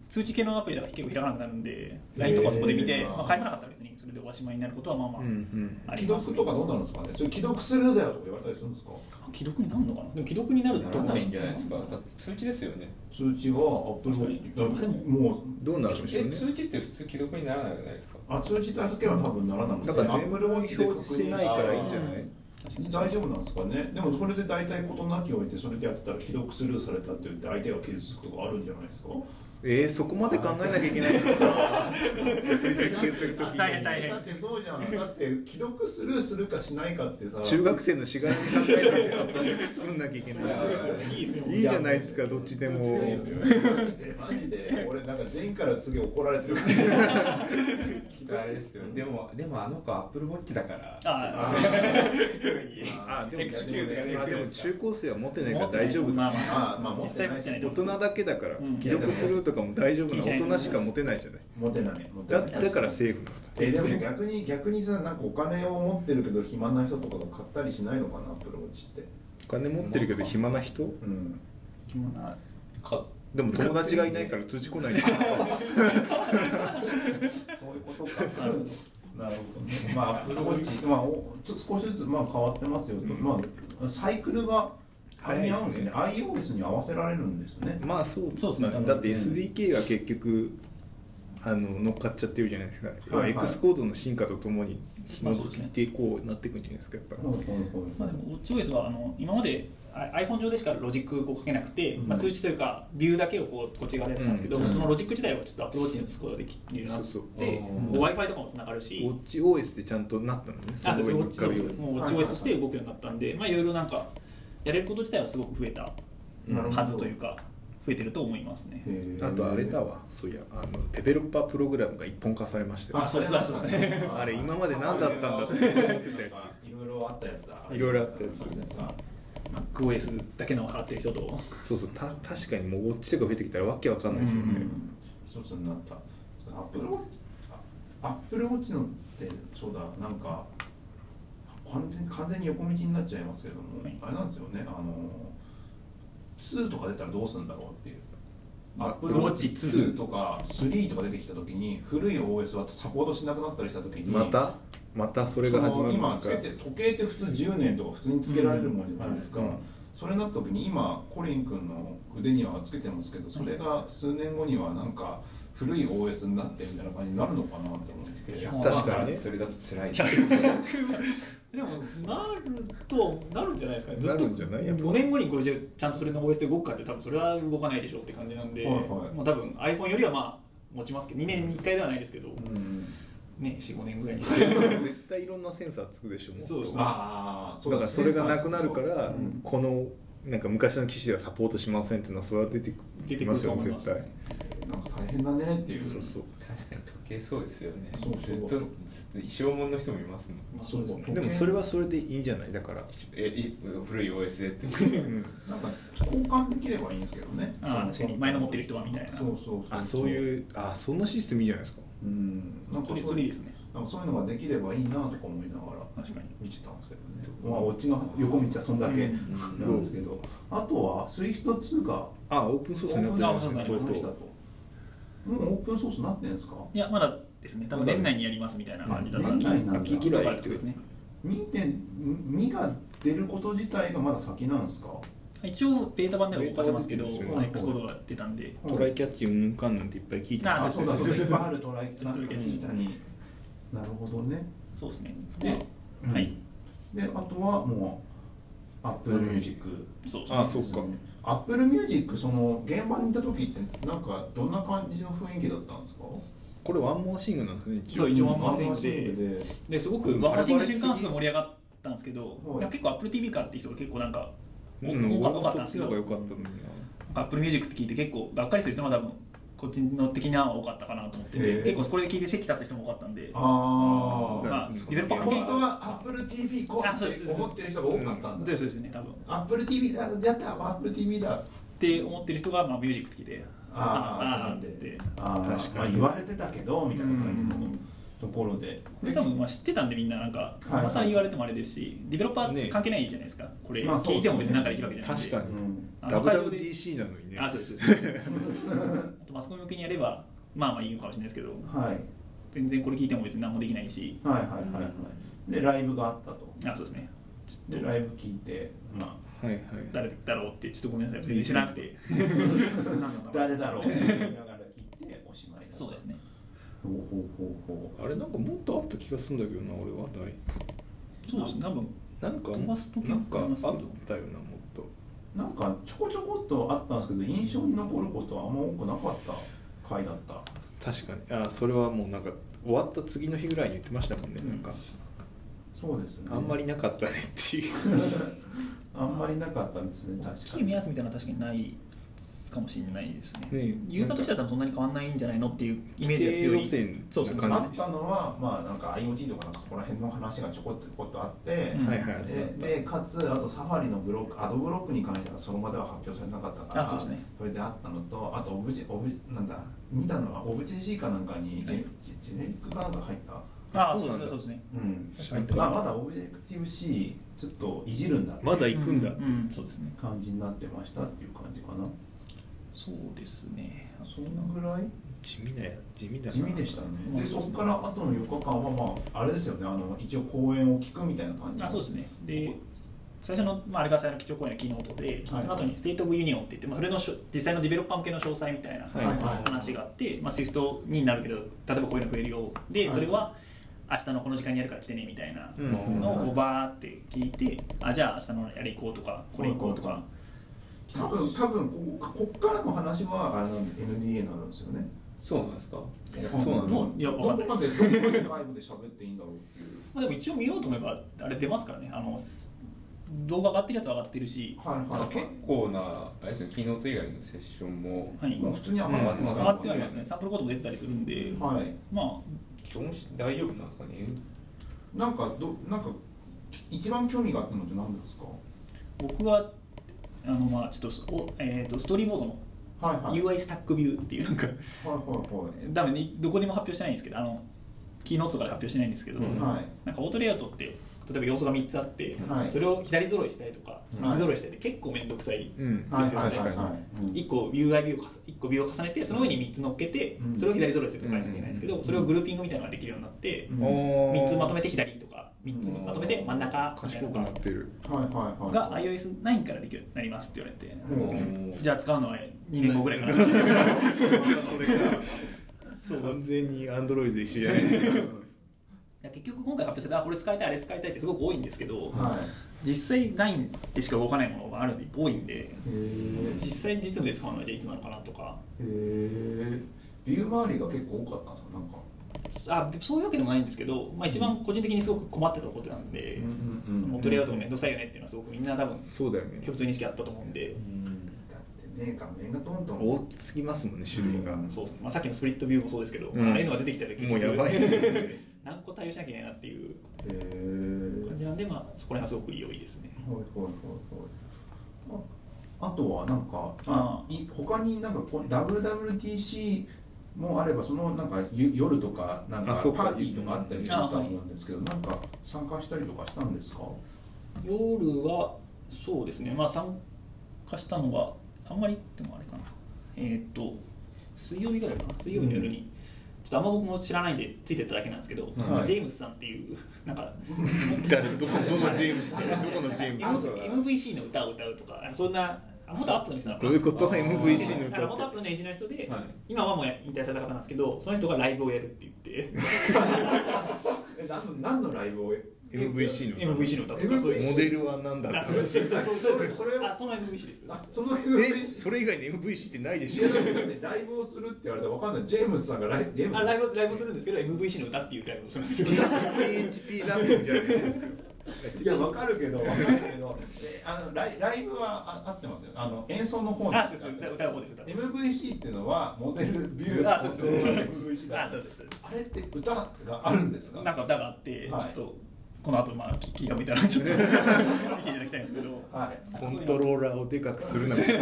[SPEAKER 3] 通知系のアプリだから結構開かなくなるんで LINE とかそこで見て、
[SPEAKER 4] へー
[SPEAKER 3] まあ、返さなかったら別にそれでおしまいになることはまあまあ、
[SPEAKER 2] うん
[SPEAKER 3] あり
[SPEAKER 1] 既
[SPEAKER 3] ます
[SPEAKER 1] 読と
[SPEAKER 3] ね
[SPEAKER 1] かどうなるんですかね。それ既読するぜよとか言われたりするんですか。
[SPEAKER 3] 既読になるのかなでも既読になると
[SPEAKER 4] ならないんじゃないですかだって通知ですよね
[SPEAKER 1] 通知がアップルウォッチにだからもう
[SPEAKER 2] どうなるんでしょう
[SPEAKER 4] え
[SPEAKER 2] ね
[SPEAKER 4] 通知って普通既読にならないじゃないですか
[SPEAKER 1] あ通知だけは多分ならなくて
[SPEAKER 2] だから
[SPEAKER 1] ア
[SPEAKER 2] 全
[SPEAKER 1] ッ
[SPEAKER 2] 部
[SPEAKER 1] プルウォッ
[SPEAKER 2] 表
[SPEAKER 1] チ
[SPEAKER 2] 示してないからいいんじゃない
[SPEAKER 4] あー
[SPEAKER 1] 大丈夫なんですかねでもそれで大体事なきを置いてそれでやってたらひどくスルーされたって言って相手が傷つくとかあるんじゃないですか
[SPEAKER 2] えー、そこまで考えなきゃいけないんですか 逆に設計するときに
[SPEAKER 3] 大変大変
[SPEAKER 1] だってそうじゃんだって既読スルーするかしないかってさ
[SPEAKER 2] 中学生のしがらみ考えてやっぱり作んなきゃいけない
[SPEAKER 3] いいですよ
[SPEAKER 2] いいじゃないですかどっちでも
[SPEAKER 1] えマジで俺なんか全員から次怒られてる感じひどい
[SPEAKER 4] あれですよでもでもあの子アップルウォッチだ から
[SPEAKER 3] あ
[SPEAKER 1] あ
[SPEAKER 2] あでも
[SPEAKER 4] エクスキューズがね
[SPEAKER 2] あでも中高生は持ってないから大丈夫
[SPEAKER 3] ま
[SPEAKER 2] だ
[SPEAKER 3] あま
[SPEAKER 2] ね
[SPEAKER 1] あまあ持
[SPEAKER 3] 実
[SPEAKER 1] って
[SPEAKER 3] 際
[SPEAKER 1] な
[SPEAKER 3] 持
[SPEAKER 1] い
[SPEAKER 3] っ
[SPEAKER 1] して
[SPEAKER 3] ない
[SPEAKER 2] 大人だけだから
[SPEAKER 3] うん
[SPEAKER 2] 既読するとかも大丈夫な
[SPEAKER 3] 気にしな
[SPEAKER 2] 大
[SPEAKER 3] い
[SPEAKER 2] 人しか持てないじゃない
[SPEAKER 1] モテないモテ
[SPEAKER 2] だ
[SPEAKER 1] ない
[SPEAKER 2] だからセーフなんだ
[SPEAKER 1] えでも逆に逆にさなんかお金を持ってるけど暇な人とかが買ったりしないのかなアップルウォッチって
[SPEAKER 2] お金持ってるけど暇な人
[SPEAKER 1] うん
[SPEAKER 3] あ
[SPEAKER 4] か
[SPEAKER 2] でも友達がいないから通じこないんだよ
[SPEAKER 1] そういうことか。なるほどね。 まあ、アップルウォッチ、まあ、おちょっと少しずつ、まあ、変わってますよと。まあ、サイクルが。あれに合うんですね。iOS に合わせられるんですね。
[SPEAKER 2] まあそう
[SPEAKER 3] そうですね
[SPEAKER 2] まあだって SDK が結局あの乗っかっちゃってるじゃないですか、
[SPEAKER 1] はい
[SPEAKER 2] X コードの進化とともに紐
[SPEAKER 3] まあそうです
[SPEAKER 2] づ
[SPEAKER 3] ね
[SPEAKER 2] いてこうなっていくんじゃないですかやっぱり
[SPEAKER 1] ほいほい
[SPEAKER 3] ま
[SPEAKER 1] ほ
[SPEAKER 3] あ、でもウォッチ OS はあの今まであ iPhone 上でしかロジックをかけなくて、
[SPEAKER 1] うん
[SPEAKER 3] まあ、通知というかビューだけをこうこっち側でやってたんですけど、
[SPEAKER 4] うん
[SPEAKER 3] そのロジック自体はちょっとアプローチに移すことができるようになって
[SPEAKER 2] そうそう
[SPEAKER 3] で
[SPEAKER 4] うん
[SPEAKER 3] w i f i とかもつながる
[SPEAKER 2] ウォ
[SPEAKER 3] し
[SPEAKER 2] ッチ OS ってちゃんとなったのね
[SPEAKER 3] あそうそう
[SPEAKER 2] の
[SPEAKER 3] ウォッチそうそうもうウォッチ OS として動くようになったんで、まあ、いろいろなんかやれること自体はすごく増えた
[SPEAKER 1] い。なるほど
[SPEAKER 3] はずという。か増えてると思いますね。
[SPEAKER 1] へー
[SPEAKER 2] あとあれだ。わそういやあのデベロッパープログラムが一本化されましたよ
[SPEAKER 3] あそうそうそう
[SPEAKER 1] ね
[SPEAKER 2] あれ今まで何だったんだって思ってたやつ
[SPEAKER 1] いろいろあったやつだ。
[SPEAKER 2] いろいろあったやつ
[SPEAKER 1] そうですね。
[SPEAKER 3] MacOS だけのを払ってる人と
[SPEAKER 2] そうそうた確かにもうウォッチとか増えてきたらわけわかんないですよ
[SPEAKER 1] う
[SPEAKER 2] ね、
[SPEAKER 1] ん一つになったアップルアップルウォッチのってそうだなんか完全完全に横道になっちゃいますけども、
[SPEAKER 3] はい
[SPEAKER 1] あれなんですよねあの2とか出たらどうするんだろうっていう。アップ
[SPEAKER 3] Apple
[SPEAKER 1] ルウォッチ
[SPEAKER 3] Watch 2
[SPEAKER 1] 2とか3とか出てきたときに古い OS はサポートしなくなったりしたときに
[SPEAKER 2] またまたそれが始まるんで
[SPEAKER 1] その今つ
[SPEAKER 2] す
[SPEAKER 1] け
[SPEAKER 2] か
[SPEAKER 1] てる時計って普通10年とか普通につけられるもんじゃないですか、
[SPEAKER 2] うんうん
[SPEAKER 1] それになった時に今コリン君の腕にはつけてますけどそれが数年後にはなんか古い OS になってみたいな感じになるのかなと思ってて、
[SPEAKER 3] うん
[SPEAKER 2] 確かにね
[SPEAKER 4] それだと辛い
[SPEAKER 3] でもなるとなるんじゃないですかねず
[SPEAKER 2] な
[SPEAKER 3] っと
[SPEAKER 2] るんじゃないやっぱ
[SPEAKER 3] 5年後にこれじゃちゃんとそれの OS で動くかって多分それは動かないでしょうって感じなんで、
[SPEAKER 1] はいはい
[SPEAKER 3] もう多分 iPhone よりはまあ持ちますけど2年に1回ではないですけど、
[SPEAKER 1] うん
[SPEAKER 3] ね45年ぐらいに
[SPEAKER 2] 絶対いろんなセンサーつくでしょもっと
[SPEAKER 3] そうですね
[SPEAKER 1] ああ
[SPEAKER 2] だからそれがなくなるから、
[SPEAKER 1] うん
[SPEAKER 2] このなんか昔の機種ではサポートしませんっていうのはそれは出て
[SPEAKER 3] 出
[SPEAKER 2] き
[SPEAKER 3] てく
[SPEAKER 2] ま
[SPEAKER 3] る
[SPEAKER 2] す
[SPEAKER 3] と
[SPEAKER 2] よ
[SPEAKER 3] 思い
[SPEAKER 2] ね
[SPEAKER 3] ま
[SPEAKER 2] 絶
[SPEAKER 3] すね
[SPEAKER 2] 対
[SPEAKER 1] なんか大変だねっていう
[SPEAKER 2] そうそう
[SPEAKER 4] 確かに時計そうですよね
[SPEAKER 1] そうそう
[SPEAKER 4] ずっとずっと一生もんの人もいますもん
[SPEAKER 3] まあそうですね
[SPEAKER 1] 時計
[SPEAKER 2] でもそれはそれでいいじゃないだから、
[SPEAKER 4] えい古い OS でって
[SPEAKER 2] うん
[SPEAKER 1] なんか交換できればいいんですけどね
[SPEAKER 3] あー確かに前の持ってる人はみたいな
[SPEAKER 1] そうそう
[SPEAKER 2] あそう
[SPEAKER 1] う
[SPEAKER 2] いうあそんなシステムいいじゃないですか
[SPEAKER 1] うんなんかそう
[SPEAKER 3] それそれいいですね
[SPEAKER 1] なんかそういうのができればいいなとか思いながら
[SPEAKER 3] 確かに
[SPEAKER 1] 見てたんですけどね、まあ、うちの横道はそんだけなんですけど、あとは SWIFT2 が
[SPEAKER 2] あオープンソースになって
[SPEAKER 3] オープン
[SPEAKER 2] る
[SPEAKER 3] ソ
[SPEAKER 2] ん
[SPEAKER 3] ース
[SPEAKER 2] ですねとう
[SPEAKER 3] になりまし
[SPEAKER 2] と
[SPEAKER 3] た
[SPEAKER 1] も
[SPEAKER 2] う
[SPEAKER 1] うオープンソースになってんですか
[SPEAKER 3] いやまだですね多分年内にやりますみたいな感じだったんで
[SPEAKER 1] まだ年内なんだ
[SPEAKER 3] 秋ぐらいってことですね
[SPEAKER 1] 2.2が出ること自体がまだ先なんですか
[SPEAKER 3] 一応ベータ版では動かせますけど、
[SPEAKER 2] ベータ
[SPEAKER 1] 版で出て
[SPEAKER 3] X
[SPEAKER 1] るんですよ
[SPEAKER 3] コードが出たんで、
[SPEAKER 2] トライキャッチうんぬんかんぬんっていっぱい聞いてた
[SPEAKER 3] あ
[SPEAKER 1] あそうだそうだいっぱいあるトライ
[SPEAKER 3] ト
[SPEAKER 1] な
[SPEAKER 3] ラ
[SPEAKER 1] ん
[SPEAKER 3] イ
[SPEAKER 1] か
[SPEAKER 3] キャッチ
[SPEAKER 1] 確かになるほどね
[SPEAKER 3] そうですね。
[SPEAKER 1] で
[SPEAKER 3] まあはい、
[SPEAKER 1] であとはもう Apple Music
[SPEAKER 3] そうですね。
[SPEAKER 2] あそっか
[SPEAKER 1] アップルミュージックその現場にいた時ってなんかどんな感じの雰囲気だったんですか
[SPEAKER 2] これワンモアシングなんですね一応
[SPEAKER 3] そう一応ワンマン
[SPEAKER 1] マ
[SPEAKER 3] スイングでですごく
[SPEAKER 2] うん
[SPEAKER 3] ワンマシング瞬間はすごい盛り上がったんですけど、
[SPEAKER 1] はい
[SPEAKER 3] なんか結構 Apple TV からって人が結構なんか多
[SPEAKER 2] うん俺
[SPEAKER 3] 多か多か
[SPEAKER 2] も
[SPEAKER 3] った
[SPEAKER 2] そ
[SPEAKER 3] ん
[SPEAKER 2] っ
[SPEAKER 3] です
[SPEAKER 2] ち
[SPEAKER 3] け
[SPEAKER 2] の
[SPEAKER 3] ど
[SPEAKER 2] 方が良かったのにな
[SPEAKER 3] Apple Music って聞いて結構がっかりする人も多分こっちの的なは多かったかなと思って
[SPEAKER 1] へ
[SPEAKER 3] て
[SPEAKER 1] え
[SPEAKER 3] 結構これで聞いて席立つ人も多かったんで
[SPEAKER 1] あー
[SPEAKER 3] まあ
[SPEAKER 2] うん
[SPEAKER 3] デベロッパー関係
[SPEAKER 1] 本当はアップル TV こう
[SPEAKER 3] あそうで
[SPEAKER 1] っ
[SPEAKER 3] す
[SPEAKER 1] て思ってる人が多かったん
[SPEAKER 3] そう
[SPEAKER 1] だ
[SPEAKER 3] ですそうですね多分っ
[SPEAKER 1] アップル TV だやったアップル TV だ
[SPEAKER 3] て思ってる人がまあミュージックって聞いて
[SPEAKER 1] あー
[SPEAKER 3] ーって言って
[SPEAKER 1] あー
[SPEAKER 2] 確かに
[SPEAKER 1] まあ、言われてたけどみたいな感じのところで
[SPEAKER 3] これ多分まあ知ってたんでみんななんか
[SPEAKER 1] はい
[SPEAKER 3] まさに言われてもあれですしデベロッパー関係ないじゃないですかこれ
[SPEAKER 1] まあそうですね
[SPEAKER 3] 聞いても別に何かできるわけじゃない
[SPEAKER 2] 確かに、
[SPEAKER 1] うん
[SPEAKER 3] あの会場で
[SPEAKER 2] WWDC なのにね
[SPEAKER 3] あそうですそうです あとマスコミ向けにやればまあまあいいのかもしれないですけど
[SPEAKER 1] はい
[SPEAKER 3] 全然これ聞いても別に何もできないし
[SPEAKER 1] はいはいはいはいでライブがあったと
[SPEAKER 3] あそうですね
[SPEAKER 1] でライブ聞いてまあ
[SPEAKER 2] はいはい
[SPEAKER 3] 誰だろうってちょっとごめんなさい全然知らなくて何なのかな
[SPEAKER 1] 誰だろうって言いながら聞いておしまいだった
[SPEAKER 3] そうですね
[SPEAKER 1] ほうほうほうほう
[SPEAKER 2] あれなんかもっとあった気がするんだけどな俺は大
[SPEAKER 3] そうですね多分
[SPEAKER 2] なんか
[SPEAKER 3] 飛ばす時
[SPEAKER 2] なん
[SPEAKER 3] も
[SPEAKER 2] かあ
[SPEAKER 3] あり
[SPEAKER 2] っ
[SPEAKER 3] ますけど
[SPEAKER 2] たよなもっと
[SPEAKER 1] なんかちょこちょこっとあったんですけど印象に残ることはあんま多くなかった回だった
[SPEAKER 2] 確かにあそれはもうなんか終わった次の日ぐらいに言ってましたもんね、
[SPEAKER 1] うん
[SPEAKER 2] なんか
[SPEAKER 1] そうですね
[SPEAKER 2] あんまりなかったねっていう
[SPEAKER 1] あんまりなかったですね確
[SPEAKER 3] 大
[SPEAKER 1] か
[SPEAKER 3] きい目
[SPEAKER 1] に
[SPEAKER 3] 安みたいなのは確かにないかもしれないですね
[SPEAKER 2] ね
[SPEAKER 3] ユーザーとしては多分そんなに変わんないんじゃないのっていうイメージが強い
[SPEAKER 2] 規定路線
[SPEAKER 3] そうですね
[SPEAKER 2] な
[SPEAKER 1] あ
[SPEAKER 2] 感
[SPEAKER 1] っ
[SPEAKER 2] じで
[SPEAKER 1] たのはまあなんか IoT とかなんかそこら辺の話がちょこっとちょこっとあって、
[SPEAKER 3] うん
[SPEAKER 2] はいはいあったあっ
[SPEAKER 1] ででかつあとサファリのブロックアドブロックに関してはその場では発表されなかったから
[SPEAKER 3] あそうですね
[SPEAKER 1] それであったのとあとオブジオブなんだ見たのはオブジェ C かなんかにジェジェジェネリックかなんか入った
[SPEAKER 3] ああそ
[SPEAKER 2] そうう
[SPEAKER 3] で
[SPEAKER 2] な
[SPEAKER 3] す
[SPEAKER 2] ん
[SPEAKER 3] ね
[SPEAKER 2] だ
[SPEAKER 3] そうですね
[SPEAKER 1] うん
[SPEAKER 3] 確かに
[SPEAKER 1] まあまだオブジェクティブ C ちょっといじるんだって
[SPEAKER 2] たまだ行くんだ、
[SPEAKER 3] うんうんそうですね
[SPEAKER 1] 感じになってましたっていう感じかな
[SPEAKER 3] そうですねあ
[SPEAKER 1] そんぐらい
[SPEAKER 2] 地味なや地味だな
[SPEAKER 1] 地味でしたね
[SPEAKER 3] まあ
[SPEAKER 1] でそこから後の4日間はまああれですよねあの一応公演を聞くみたいな感じ
[SPEAKER 3] あそうですねで最初の、まあ、あれが最初の基調講演のキーノートで、
[SPEAKER 1] はい
[SPEAKER 3] その後にステート・オブ・ユニオンって言って、まあ、それのしょ実際のディベロッパー向けの詳細みたいな
[SPEAKER 2] はいはい
[SPEAKER 1] はい
[SPEAKER 3] 話があって、まあ、SWIFT になるけど例えばこういうの増えるよで、
[SPEAKER 1] はい
[SPEAKER 3] それは明日のこの時間にやるから来てねみたいな
[SPEAKER 2] うん
[SPEAKER 3] のをこうバーって聞いて、あじゃあ明日のやり行こうとかこれ行こうとか、
[SPEAKER 1] 多分多分こここっからの話はあれなんで NDA になるんですよね
[SPEAKER 4] そうなんですか
[SPEAKER 2] そうなの
[SPEAKER 1] ど
[SPEAKER 3] いやわかんない
[SPEAKER 1] どこまでどこまで外部で喋っていいんだろうっていう
[SPEAKER 3] まあ、でも一応見ようと思えばあれ出ますからねあの動画上がってるやつは上がってるし、
[SPEAKER 1] はいはいはい
[SPEAKER 4] 結構なあれですねキーノート以外のセッションも
[SPEAKER 3] はい、
[SPEAKER 1] もう
[SPEAKER 3] 上
[SPEAKER 1] 普通に上がってますから
[SPEAKER 3] がってはいますねサンプルコードも出てたりするんで、
[SPEAKER 1] はい
[SPEAKER 3] ま
[SPEAKER 4] どうし大丈夫なんですかね
[SPEAKER 1] なんかどなんか一番興味があったのって何ですか
[SPEAKER 3] あ僕はあのまあちょっとお、えー、とストーリーボードの
[SPEAKER 1] はいはいはい
[SPEAKER 3] UI スタックビューっていうなんか
[SPEAKER 1] はい
[SPEAKER 3] 多分にどこにも発表してないんですけどあのキーノートとかで発表してないんですけど、
[SPEAKER 4] うん
[SPEAKER 1] はいはい
[SPEAKER 3] なんかオートレイアウトって例えば要素が3つあって、
[SPEAKER 1] はい
[SPEAKER 3] それを左揃いしたりとか
[SPEAKER 1] はい
[SPEAKER 3] 右揃いしたりって結構面倒くさい、
[SPEAKER 2] うん
[SPEAKER 1] はいはいはい
[SPEAKER 3] ですよね
[SPEAKER 1] はいうん
[SPEAKER 3] 1個 UI ビューを重一個ビューを重ねてその上に3つ乗っけて、
[SPEAKER 1] うん
[SPEAKER 3] それを左揃いするとかやらなきゃいけないんですけど、それをグルーピングみたいなのができるようになって、
[SPEAKER 1] うん
[SPEAKER 2] 3
[SPEAKER 3] 3つまとめて左とか3つまとめて真ん中みたい
[SPEAKER 2] 賢
[SPEAKER 3] な
[SPEAKER 2] く
[SPEAKER 3] の
[SPEAKER 2] なってる
[SPEAKER 1] はいはいはい
[SPEAKER 3] がが iOS9 からできるようになりますって言われて、
[SPEAKER 1] うん
[SPEAKER 3] じゃあ使うのは2年後ぐらいかなっていう
[SPEAKER 2] それが完全にアンドロイド一緒じゃない
[SPEAKER 3] いや結局今回発表されたあこれ使いたいあれ使いたいってすごく多いんですけど、
[SPEAKER 1] はい
[SPEAKER 3] 実際9でしか動かないものがあるんで多いんで
[SPEAKER 1] へー
[SPEAKER 3] 実際実務で使うのはじゃあいつなのかなとか
[SPEAKER 1] へえビュー周りが結構多かったんですかなんか
[SPEAKER 3] あそういうわけでもないんですけど、まあ、一番個人的にすごく困ってたことなんで、
[SPEAKER 1] うん
[SPEAKER 3] そのトレイアウトが面倒くさいよねっていうのはすごくみんな多分
[SPEAKER 2] そうだよね
[SPEAKER 3] 共通認識あったと思うんで、
[SPEAKER 1] だってね画面がどんどん
[SPEAKER 2] 多すぎますもんね種類が
[SPEAKER 1] うん
[SPEAKER 3] そうですねまあ、さっきのスプリットビューもそうですけど、
[SPEAKER 2] うん
[SPEAKER 3] ああいうのが出てきたら結
[SPEAKER 2] もうやばいっすよね
[SPEAKER 3] 何個対応しなきゃいけないなっていう
[SPEAKER 1] へえ
[SPEAKER 3] 感じなんで、まあ、そこら辺はすごく良いですね。
[SPEAKER 1] ほいほいほいほいああとはなんかあ
[SPEAKER 3] あ
[SPEAKER 1] い他になんかこう WWDC もあればそのなんかゆ夜とかなんかパ
[SPEAKER 2] あそうか
[SPEAKER 1] ーティーとかあったりすると思うんですけどなんか参加したりとかしたんですか
[SPEAKER 3] 夜はそうですねまあ参加したのがあんまりでもあれかなえーっと水曜日ぐらいかな水曜日の夜に、ちょっとあんま僕も知らないんでついてっただけなんですけど、
[SPEAKER 1] はい
[SPEAKER 3] ジェームスさんっていうなんか
[SPEAKER 2] 誰どこどのジェームスどこのジェ
[SPEAKER 3] M-
[SPEAKER 2] ームス
[SPEAKER 3] MVC の歌を歌うとかあのそんなあ元アップの人なのか
[SPEAKER 2] ど
[SPEAKER 3] な
[SPEAKER 2] ういうこと
[SPEAKER 1] あー
[SPEAKER 2] MVC
[SPEAKER 3] あの
[SPEAKER 2] の
[SPEAKER 3] 元
[SPEAKER 2] 歌
[SPEAKER 3] アッ
[SPEAKER 2] って
[SPEAKER 3] プのエンジニアの人で、
[SPEAKER 4] はい
[SPEAKER 3] 今はもう引退された方なんですけどその人がライブをやるって言って
[SPEAKER 1] え何の何のライブを
[SPEAKER 2] MVC の歌
[SPEAKER 3] MVC の歌とかそういう
[SPEAKER 2] モデルは何だ
[SPEAKER 3] あ
[SPEAKER 2] っ
[SPEAKER 3] そ
[SPEAKER 2] て
[SPEAKER 3] うそうそうそう
[SPEAKER 1] それそれ
[SPEAKER 3] あその MVC です
[SPEAKER 1] あその
[SPEAKER 2] えそれ以外に MVC ってないでしょ
[SPEAKER 1] ライブをするって言われたらわかんないジェームスさんがライジェームス
[SPEAKER 3] あライブライブするんですけど MVC の歌っていうライブをするんですよ
[SPEAKER 2] PHP ラップみたいなやつですよ
[SPEAKER 1] いや、わかるけど、わかるけど、えあのライライブはあ合ってますよ。あの演奏の方
[SPEAKER 3] あそうそう歌歌う方です歌う方
[SPEAKER 1] MVC っていうのはモデルビュー
[SPEAKER 3] あそうそう
[SPEAKER 1] MVC だ。
[SPEAKER 3] あそうですそうです
[SPEAKER 1] あれって歌があるんですか。
[SPEAKER 3] なんか歌があって、
[SPEAKER 1] はい
[SPEAKER 3] ちょっとこの後まあ聞聞いたみたいなちょっと見ていただきたいんですけど
[SPEAKER 1] はい。
[SPEAKER 2] コントローラーをでかくするなみたい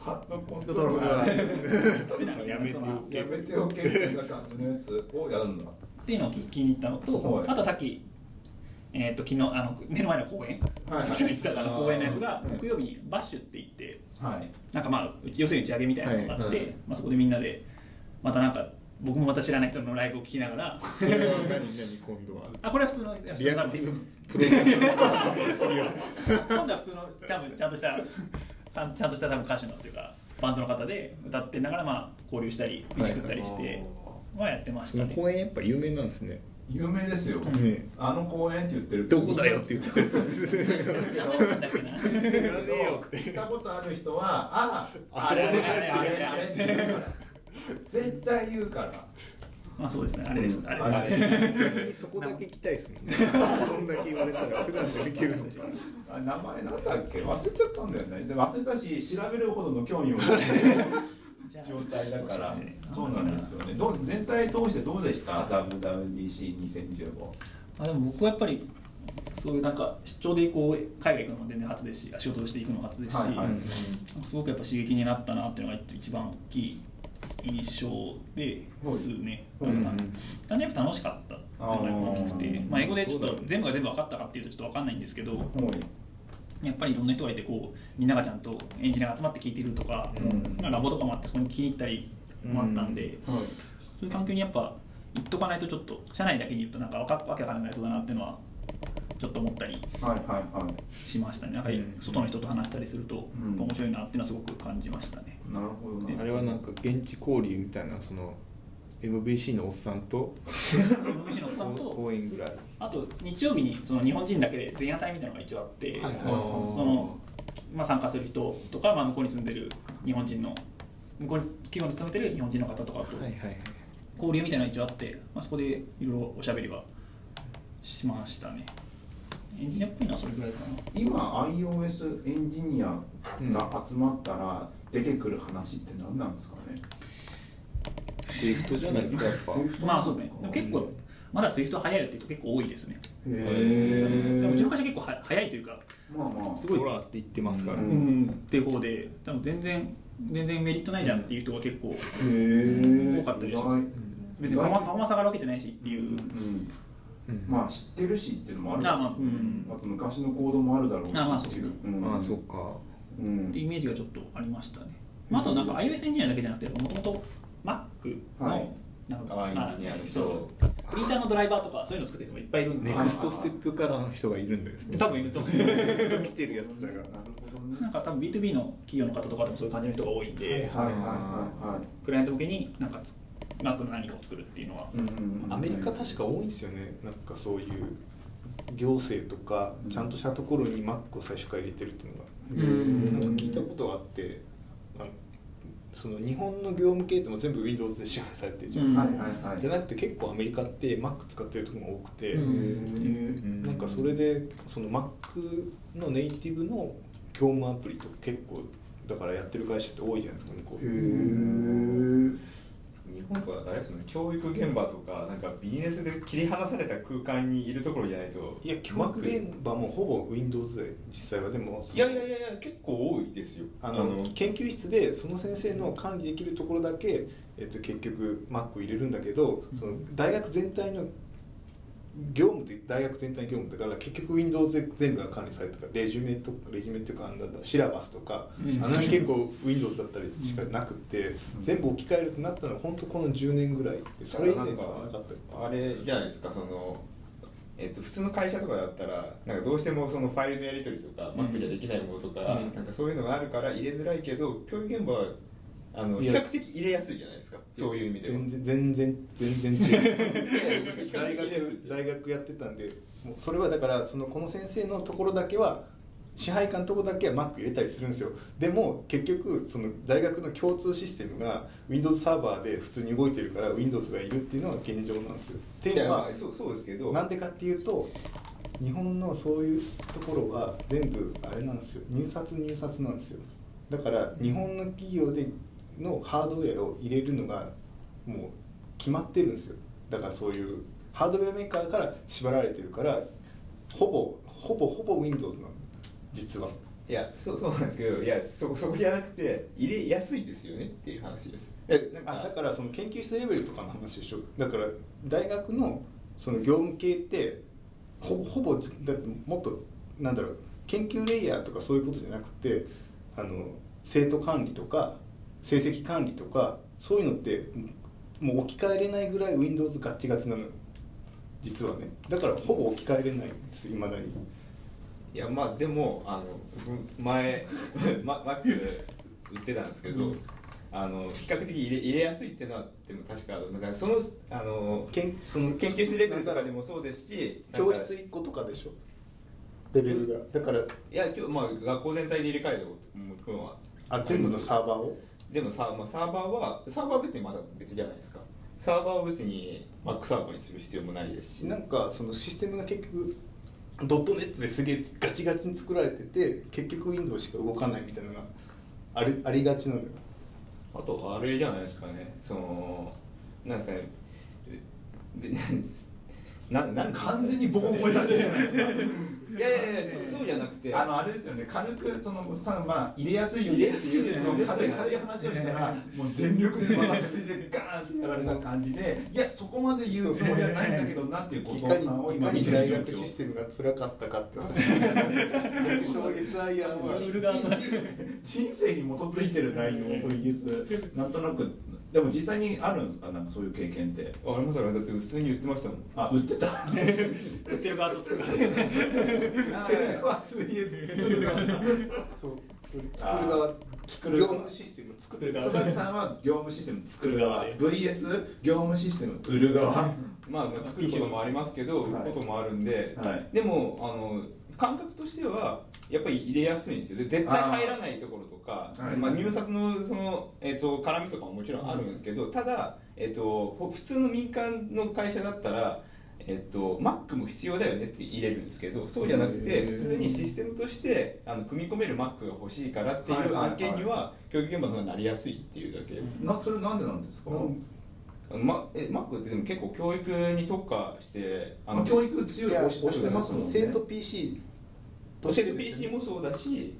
[SPEAKER 1] ハットコン
[SPEAKER 3] ち
[SPEAKER 1] ト
[SPEAKER 3] ょっと
[SPEAKER 1] ローラー。
[SPEAKER 2] なやめてよ
[SPEAKER 1] やめておけみたいな感じのやつをやるんだ。
[SPEAKER 3] っていうのを聞きに行ったのと、
[SPEAKER 1] はい
[SPEAKER 3] あとさっきえっと昨日あの目の前の公園、
[SPEAKER 1] はい
[SPEAKER 3] さっき言ってたあの公園のやつが
[SPEAKER 1] うん
[SPEAKER 3] 木曜日にバッシュって言って
[SPEAKER 1] はい。
[SPEAKER 3] なんかまあうち要するに打ち上げみたいなのがあって、
[SPEAKER 4] はいはい
[SPEAKER 3] まあ、そこでみんなでまたなんか僕もまた知らない人のライブを聞きながら
[SPEAKER 2] それは何何今度は
[SPEAKER 3] あこれは普通の
[SPEAKER 2] リアクティブプログラム
[SPEAKER 3] 今度は普通の多分ちゃんとしたちゃんちゃんとした多分歌手のというかバンドの方で歌ってながらまあ交流したり飯食ったりして、まあやってまし
[SPEAKER 2] そ
[SPEAKER 3] た
[SPEAKER 2] の
[SPEAKER 3] ね
[SPEAKER 2] 公演やっぱ有名なんですね
[SPEAKER 1] 有名ですよ、
[SPEAKER 2] ね
[SPEAKER 1] あの公園って言ってる
[SPEAKER 2] どこだよって言ってたや つ
[SPEAKER 3] なんだっけな
[SPEAKER 2] 知らねえよって
[SPEAKER 1] 行ったことある人はあああれ
[SPEAKER 3] あ
[SPEAKER 1] あれ
[SPEAKER 3] れ
[SPEAKER 1] あ
[SPEAKER 3] あれ
[SPEAKER 1] れあれって言うから絶対言うから
[SPEAKER 3] まあそうですねあれです、あ
[SPEAKER 1] あ
[SPEAKER 3] れですね
[SPEAKER 2] 逆にそこだけ聞きたいですもんねそんだけ言われたら普段でできるんじゃん
[SPEAKER 1] あ名前なんだっけ忘れちゃったんだよねで忘れたし調べるほどの興味 もない
[SPEAKER 3] じゃあ
[SPEAKER 1] 状態だからそ
[SPEAKER 3] そうう
[SPEAKER 1] な
[SPEAKER 3] なんん
[SPEAKER 1] で
[SPEAKER 3] ですす
[SPEAKER 1] よねどう全体通してどうでした WWDC2015
[SPEAKER 3] あでも僕はやっぱりそういうなんか出張でこう海外行くのも全然初ですし仕事して行くのも初ですし、
[SPEAKER 1] はいはい
[SPEAKER 3] すごくやっぱ刺激になったなっていうのが一番大きい印象ですね、
[SPEAKER 1] はい
[SPEAKER 3] なんか
[SPEAKER 2] うんうん
[SPEAKER 3] 単純にやっぱ楽しかったっていうのが大きくて
[SPEAKER 1] あー
[SPEAKER 3] まあ、英語でちょっ
[SPEAKER 2] そう
[SPEAKER 3] と
[SPEAKER 2] だ
[SPEAKER 3] 全部が全部分かったかっていうとちょっと分かんないんですけど
[SPEAKER 1] もう
[SPEAKER 3] やっぱりいろんな人がいてこうみんながちゃんとエンジニアが集まって聞いてるとか、
[SPEAKER 1] うん
[SPEAKER 3] まあラボとかもあってそこに気に入ったりもあったんで、そういう環境にやっぱ行っとかないとちょっと社内だけに言うとなんかわかわけわかんないそうだなっていうのはちょっと思ったり
[SPEAKER 1] はいはいはいはい
[SPEAKER 3] しましたねなんか
[SPEAKER 2] うん
[SPEAKER 3] 外の人と話したりすると、
[SPEAKER 1] うん
[SPEAKER 3] 面白いなっていうのはすごく感じましたね。
[SPEAKER 1] なるほどな
[SPEAKER 2] あれはなんか現地交流みたいなその MBC のおっさんと
[SPEAKER 3] MC のおっさんと
[SPEAKER 2] 公園ぐらい
[SPEAKER 3] あと日曜日にその日本人だけで前夜祭みたいなのが一応あって、
[SPEAKER 2] はいはい
[SPEAKER 3] そのまあ、参加する人とか、まあ、向こうに住んでる日本人の向こうに企業に勤めてる日本人の方とかと
[SPEAKER 2] はいはいはい
[SPEAKER 3] 交流みたいなのが一応あって、まあ、そこでいろいろおしゃべりはしましたね。エンジニアっぽいのはそれぐらいかな。
[SPEAKER 1] 今 iOS エンジニアが集まったら出てくる話って何なんですかね、
[SPEAKER 2] シフトじゃないですかやっぱ
[SPEAKER 1] Swift
[SPEAKER 3] まあそうですね。でも結構、まだスイフト早いよって人結構多いですね。
[SPEAKER 1] へ
[SPEAKER 3] でもうちの
[SPEAKER 1] え
[SPEAKER 3] 会社結構は早いというか、
[SPEAKER 1] まあまあ
[SPEAKER 3] すごい
[SPEAKER 2] ホラーって言ってますから、
[SPEAKER 1] う
[SPEAKER 3] うんん、っていう方で、多分全然、全然メリットないじゃんっていう人が結構、
[SPEAKER 1] へえ
[SPEAKER 3] 多かったりします別にパフォーマンスパフォーマンス上がるわけじゃないしっていう、
[SPEAKER 1] ん
[SPEAKER 2] うん
[SPEAKER 1] まあ知ってるしっていうのもある
[SPEAKER 3] あまあうん
[SPEAKER 1] あと昔の行動もあるだろうし
[SPEAKER 3] あまあそう
[SPEAKER 1] って
[SPEAKER 3] です
[SPEAKER 1] い
[SPEAKER 3] ね
[SPEAKER 1] ん
[SPEAKER 2] まあそうか
[SPEAKER 1] うん
[SPEAKER 3] っていうイメージがちょっとありましたね。まあ、あとなんか iOS エンジニアだけじゃなくて、もともと Mac
[SPEAKER 1] はい
[SPEAKER 3] の、なんか
[SPEAKER 4] あエ
[SPEAKER 3] ま
[SPEAKER 4] ンジニアの人
[SPEAKER 3] そうプリンターのドライバーとかそういうの作ってる人もいっぱいいるんで
[SPEAKER 2] ネ、クストステップからの人がいるんですね
[SPEAKER 3] 多分いると思う。
[SPEAKER 2] ずっと来てるやつらが
[SPEAKER 1] なるほどね
[SPEAKER 3] なんか多分 B2B の企業の方とかでもそういう感じの人が多いんで、
[SPEAKER 1] はいはいは
[SPEAKER 3] クライアント向けになんかつ Mac の何かを作るっていうのは、
[SPEAKER 1] いはいうんうん
[SPEAKER 2] アメリカ確か多いんですよねなんかそういう行政とかちゃんとしたところに Mac を最初から入れてるっていうのが
[SPEAKER 3] うん
[SPEAKER 2] な んか聞いたことがあってあのその日本の業務系統も全部 Windows で支配されてるじゃないですか、
[SPEAKER 1] はいはいはい
[SPEAKER 2] じゃなくて結構アメリカって Mac 使ってるところが多くて、
[SPEAKER 3] うん
[SPEAKER 1] へえ
[SPEAKER 2] なんかそれでその Mac のネイティブの業務アプリとか結構だからやってる会社って多いじゃないですか向こ
[SPEAKER 1] へ
[SPEAKER 2] う
[SPEAKER 1] え
[SPEAKER 4] 日本とかあれですよね教育現場とかなんかビジネスで切り離された空間にいるところじゃないと
[SPEAKER 2] いや教育現場もほぼ Windows で実際はでも
[SPEAKER 4] いやいやいやいや結構多いですよ
[SPEAKER 2] あの研究室でその先生の管理できるところだけ、えっと、結局 Mac を入れるんだけどその大学全体の業務って大学全体の業務だから結局 Windows で全部が管理されてるからレジュメとレジュメっていうかあのなんだシラバスとか、
[SPEAKER 3] うん
[SPEAKER 2] あの辺結構 Windows だったりしかなくて、全部置き換えるとなったのは本当この10年ぐらいでそれ以前とかなかったり
[SPEAKER 4] あれじゃないですかその、えっと、普通の会社とかだったらなんかどうしてもそのファイルのやり取りとか、
[SPEAKER 3] うん
[SPEAKER 4] Mac じゃできないものとか,、
[SPEAKER 2] うん
[SPEAKER 4] なんかそういうのがあるから入れづらいけど教育現場はあ
[SPEAKER 2] い
[SPEAKER 4] の比
[SPEAKER 2] や
[SPEAKER 4] 較的入れやすいじゃないですかそういう意味では
[SPEAKER 2] 全然全然全然違う 大
[SPEAKER 4] いやいや比較的入れやすいで
[SPEAKER 2] 学
[SPEAKER 4] す よ
[SPEAKER 2] 大学やってたんでもうそれはだからそのこの先生のところだけは支配下のところだけは Mac 入れたりするんですよでも結局その大学の共通システムが Windows サーバーで普通に動いてるから Windows がいるっていうのが現状なんですよって
[SPEAKER 4] い
[SPEAKER 2] いう
[SPEAKER 4] や
[SPEAKER 2] の
[SPEAKER 4] ま
[SPEAKER 2] は
[SPEAKER 4] あそうそうですけど
[SPEAKER 2] なんでかっていうと日本のそういうところは全部あれなんですよ入札入札なんですよだから日本の企業でのハードウェアを入れるのがもう決まってるんですよだからそういうハードウェアメーカーから縛られてるからほぼほぼほぼ Windows なの実はい
[SPEAKER 4] やそうそうなんですけどいやそそこじゃなくて入れやすいですよねっていう話ですえなん
[SPEAKER 2] あだ
[SPEAKER 4] か
[SPEAKER 2] からその研究室レベルとかの話でしょだから大学のその業務系ってほぼほぼだってもっとなんだろう研究レイヤーとかそういうことじゃなくてあの生徒管理とか成績管理とかそういうのってもう置き換えれないぐらい Windows ガッチガチなのよ実はねだからほぼ置き換えれないんですいまだに
[SPEAKER 4] いやまあ でもあの僕前ママック売ってたんですけど、
[SPEAKER 3] うん
[SPEAKER 4] あの比較的入れ入れやすいっていうのはでも確かだからそのあの
[SPEAKER 2] けんその
[SPEAKER 4] 研究室レベルとかでもそうですし
[SPEAKER 2] 教室1個とかでしょレベルがだから
[SPEAKER 4] いや今日、まあ、学校全体で入れ替えてもくのは
[SPEAKER 2] あ全部のサーバーを
[SPEAKER 4] 全部サー,、まあ、サーバーはサーバーは別にまだ別じゃないですかサーバーを別に Mac サーバーにする必要もないですし
[SPEAKER 2] なんかそのシステムが結局ドットネットですげえガチガチに作られてて結局 Windows しか動かないみたいなのがありありがちなのよ
[SPEAKER 4] あとあれじゃないですかねそのなんですかね でななん
[SPEAKER 1] 完全にボコボコにされてるじゃないですか
[SPEAKER 4] いやいやいやそうそうじゃなくて
[SPEAKER 1] あのあれですよね軽くそのさまあ入れやすいよ
[SPEAKER 4] 入
[SPEAKER 1] ね
[SPEAKER 4] れ
[SPEAKER 1] っ
[SPEAKER 4] や
[SPEAKER 1] て
[SPEAKER 4] すい
[SPEAKER 1] い
[SPEAKER 4] で
[SPEAKER 1] う
[SPEAKER 4] す
[SPEAKER 1] そ
[SPEAKER 4] よ
[SPEAKER 1] の
[SPEAKER 4] ね
[SPEAKER 1] 軽い軽い話をしたらもう全力でバーッてガーンってやられた感じでいやそこまで言うつもりはないんだけどなっていう後
[SPEAKER 2] い
[SPEAKER 1] 藤
[SPEAKER 2] か
[SPEAKER 1] さんを
[SPEAKER 2] にい
[SPEAKER 1] 今
[SPEAKER 2] か
[SPEAKER 1] 見
[SPEAKER 2] に
[SPEAKER 1] てる
[SPEAKER 2] 大
[SPEAKER 1] 状
[SPEAKER 2] 学シス
[SPEAKER 1] 況
[SPEAKER 2] テムが辛かったかって話弱小 SIR は
[SPEAKER 3] ルールが
[SPEAKER 1] 人生に基づいてる内容と言いつ つなんとなくでも実際にあるんですかなんかそういう経験って
[SPEAKER 4] あれもそれだって普通に言って ましたもん
[SPEAKER 1] あ売ってた
[SPEAKER 3] 売ってる側と作る側で
[SPEAKER 1] テレビはとりあえず作る 側
[SPEAKER 2] そう作る側
[SPEAKER 1] 作る
[SPEAKER 2] 業
[SPEAKER 1] 側
[SPEAKER 2] 務システム作ってた
[SPEAKER 1] 佐々木さんは業務システム作る側 VS 業務システム売る側
[SPEAKER 4] まあ、まあ作ることもありますけど
[SPEAKER 1] はい
[SPEAKER 4] 売ることもあるんで、
[SPEAKER 1] はい
[SPEAKER 4] でもあの感覚としてはやっぱり入れやすいんですよで絶対入らないところとか
[SPEAKER 1] あーはい
[SPEAKER 4] まあ、入札のその、えっと絡みとかももちろんあるんですけど、ただ、えっとほ普通の民間の会社だったら、えっと Mac も必要だよねって入れるんですけどそうじゃなく
[SPEAKER 1] へ
[SPEAKER 4] て
[SPEAKER 1] ー
[SPEAKER 4] 普通にシステムとしてあの組み込める Mac が欲しいからってい
[SPEAKER 1] はいはいうはい
[SPEAKER 4] 案件には教育現場の方がなりやすいっていうだけです。
[SPEAKER 1] なそれなんでなんですか、
[SPEAKER 2] なん
[SPEAKER 4] ま、えマックってでも結構教育に特化してあ
[SPEAKER 1] まあ、教育強い推し推してますもんね
[SPEAKER 2] 生徒 PC としてです
[SPEAKER 4] PC
[SPEAKER 2] ね
[SPEAKER 4] もそうだし、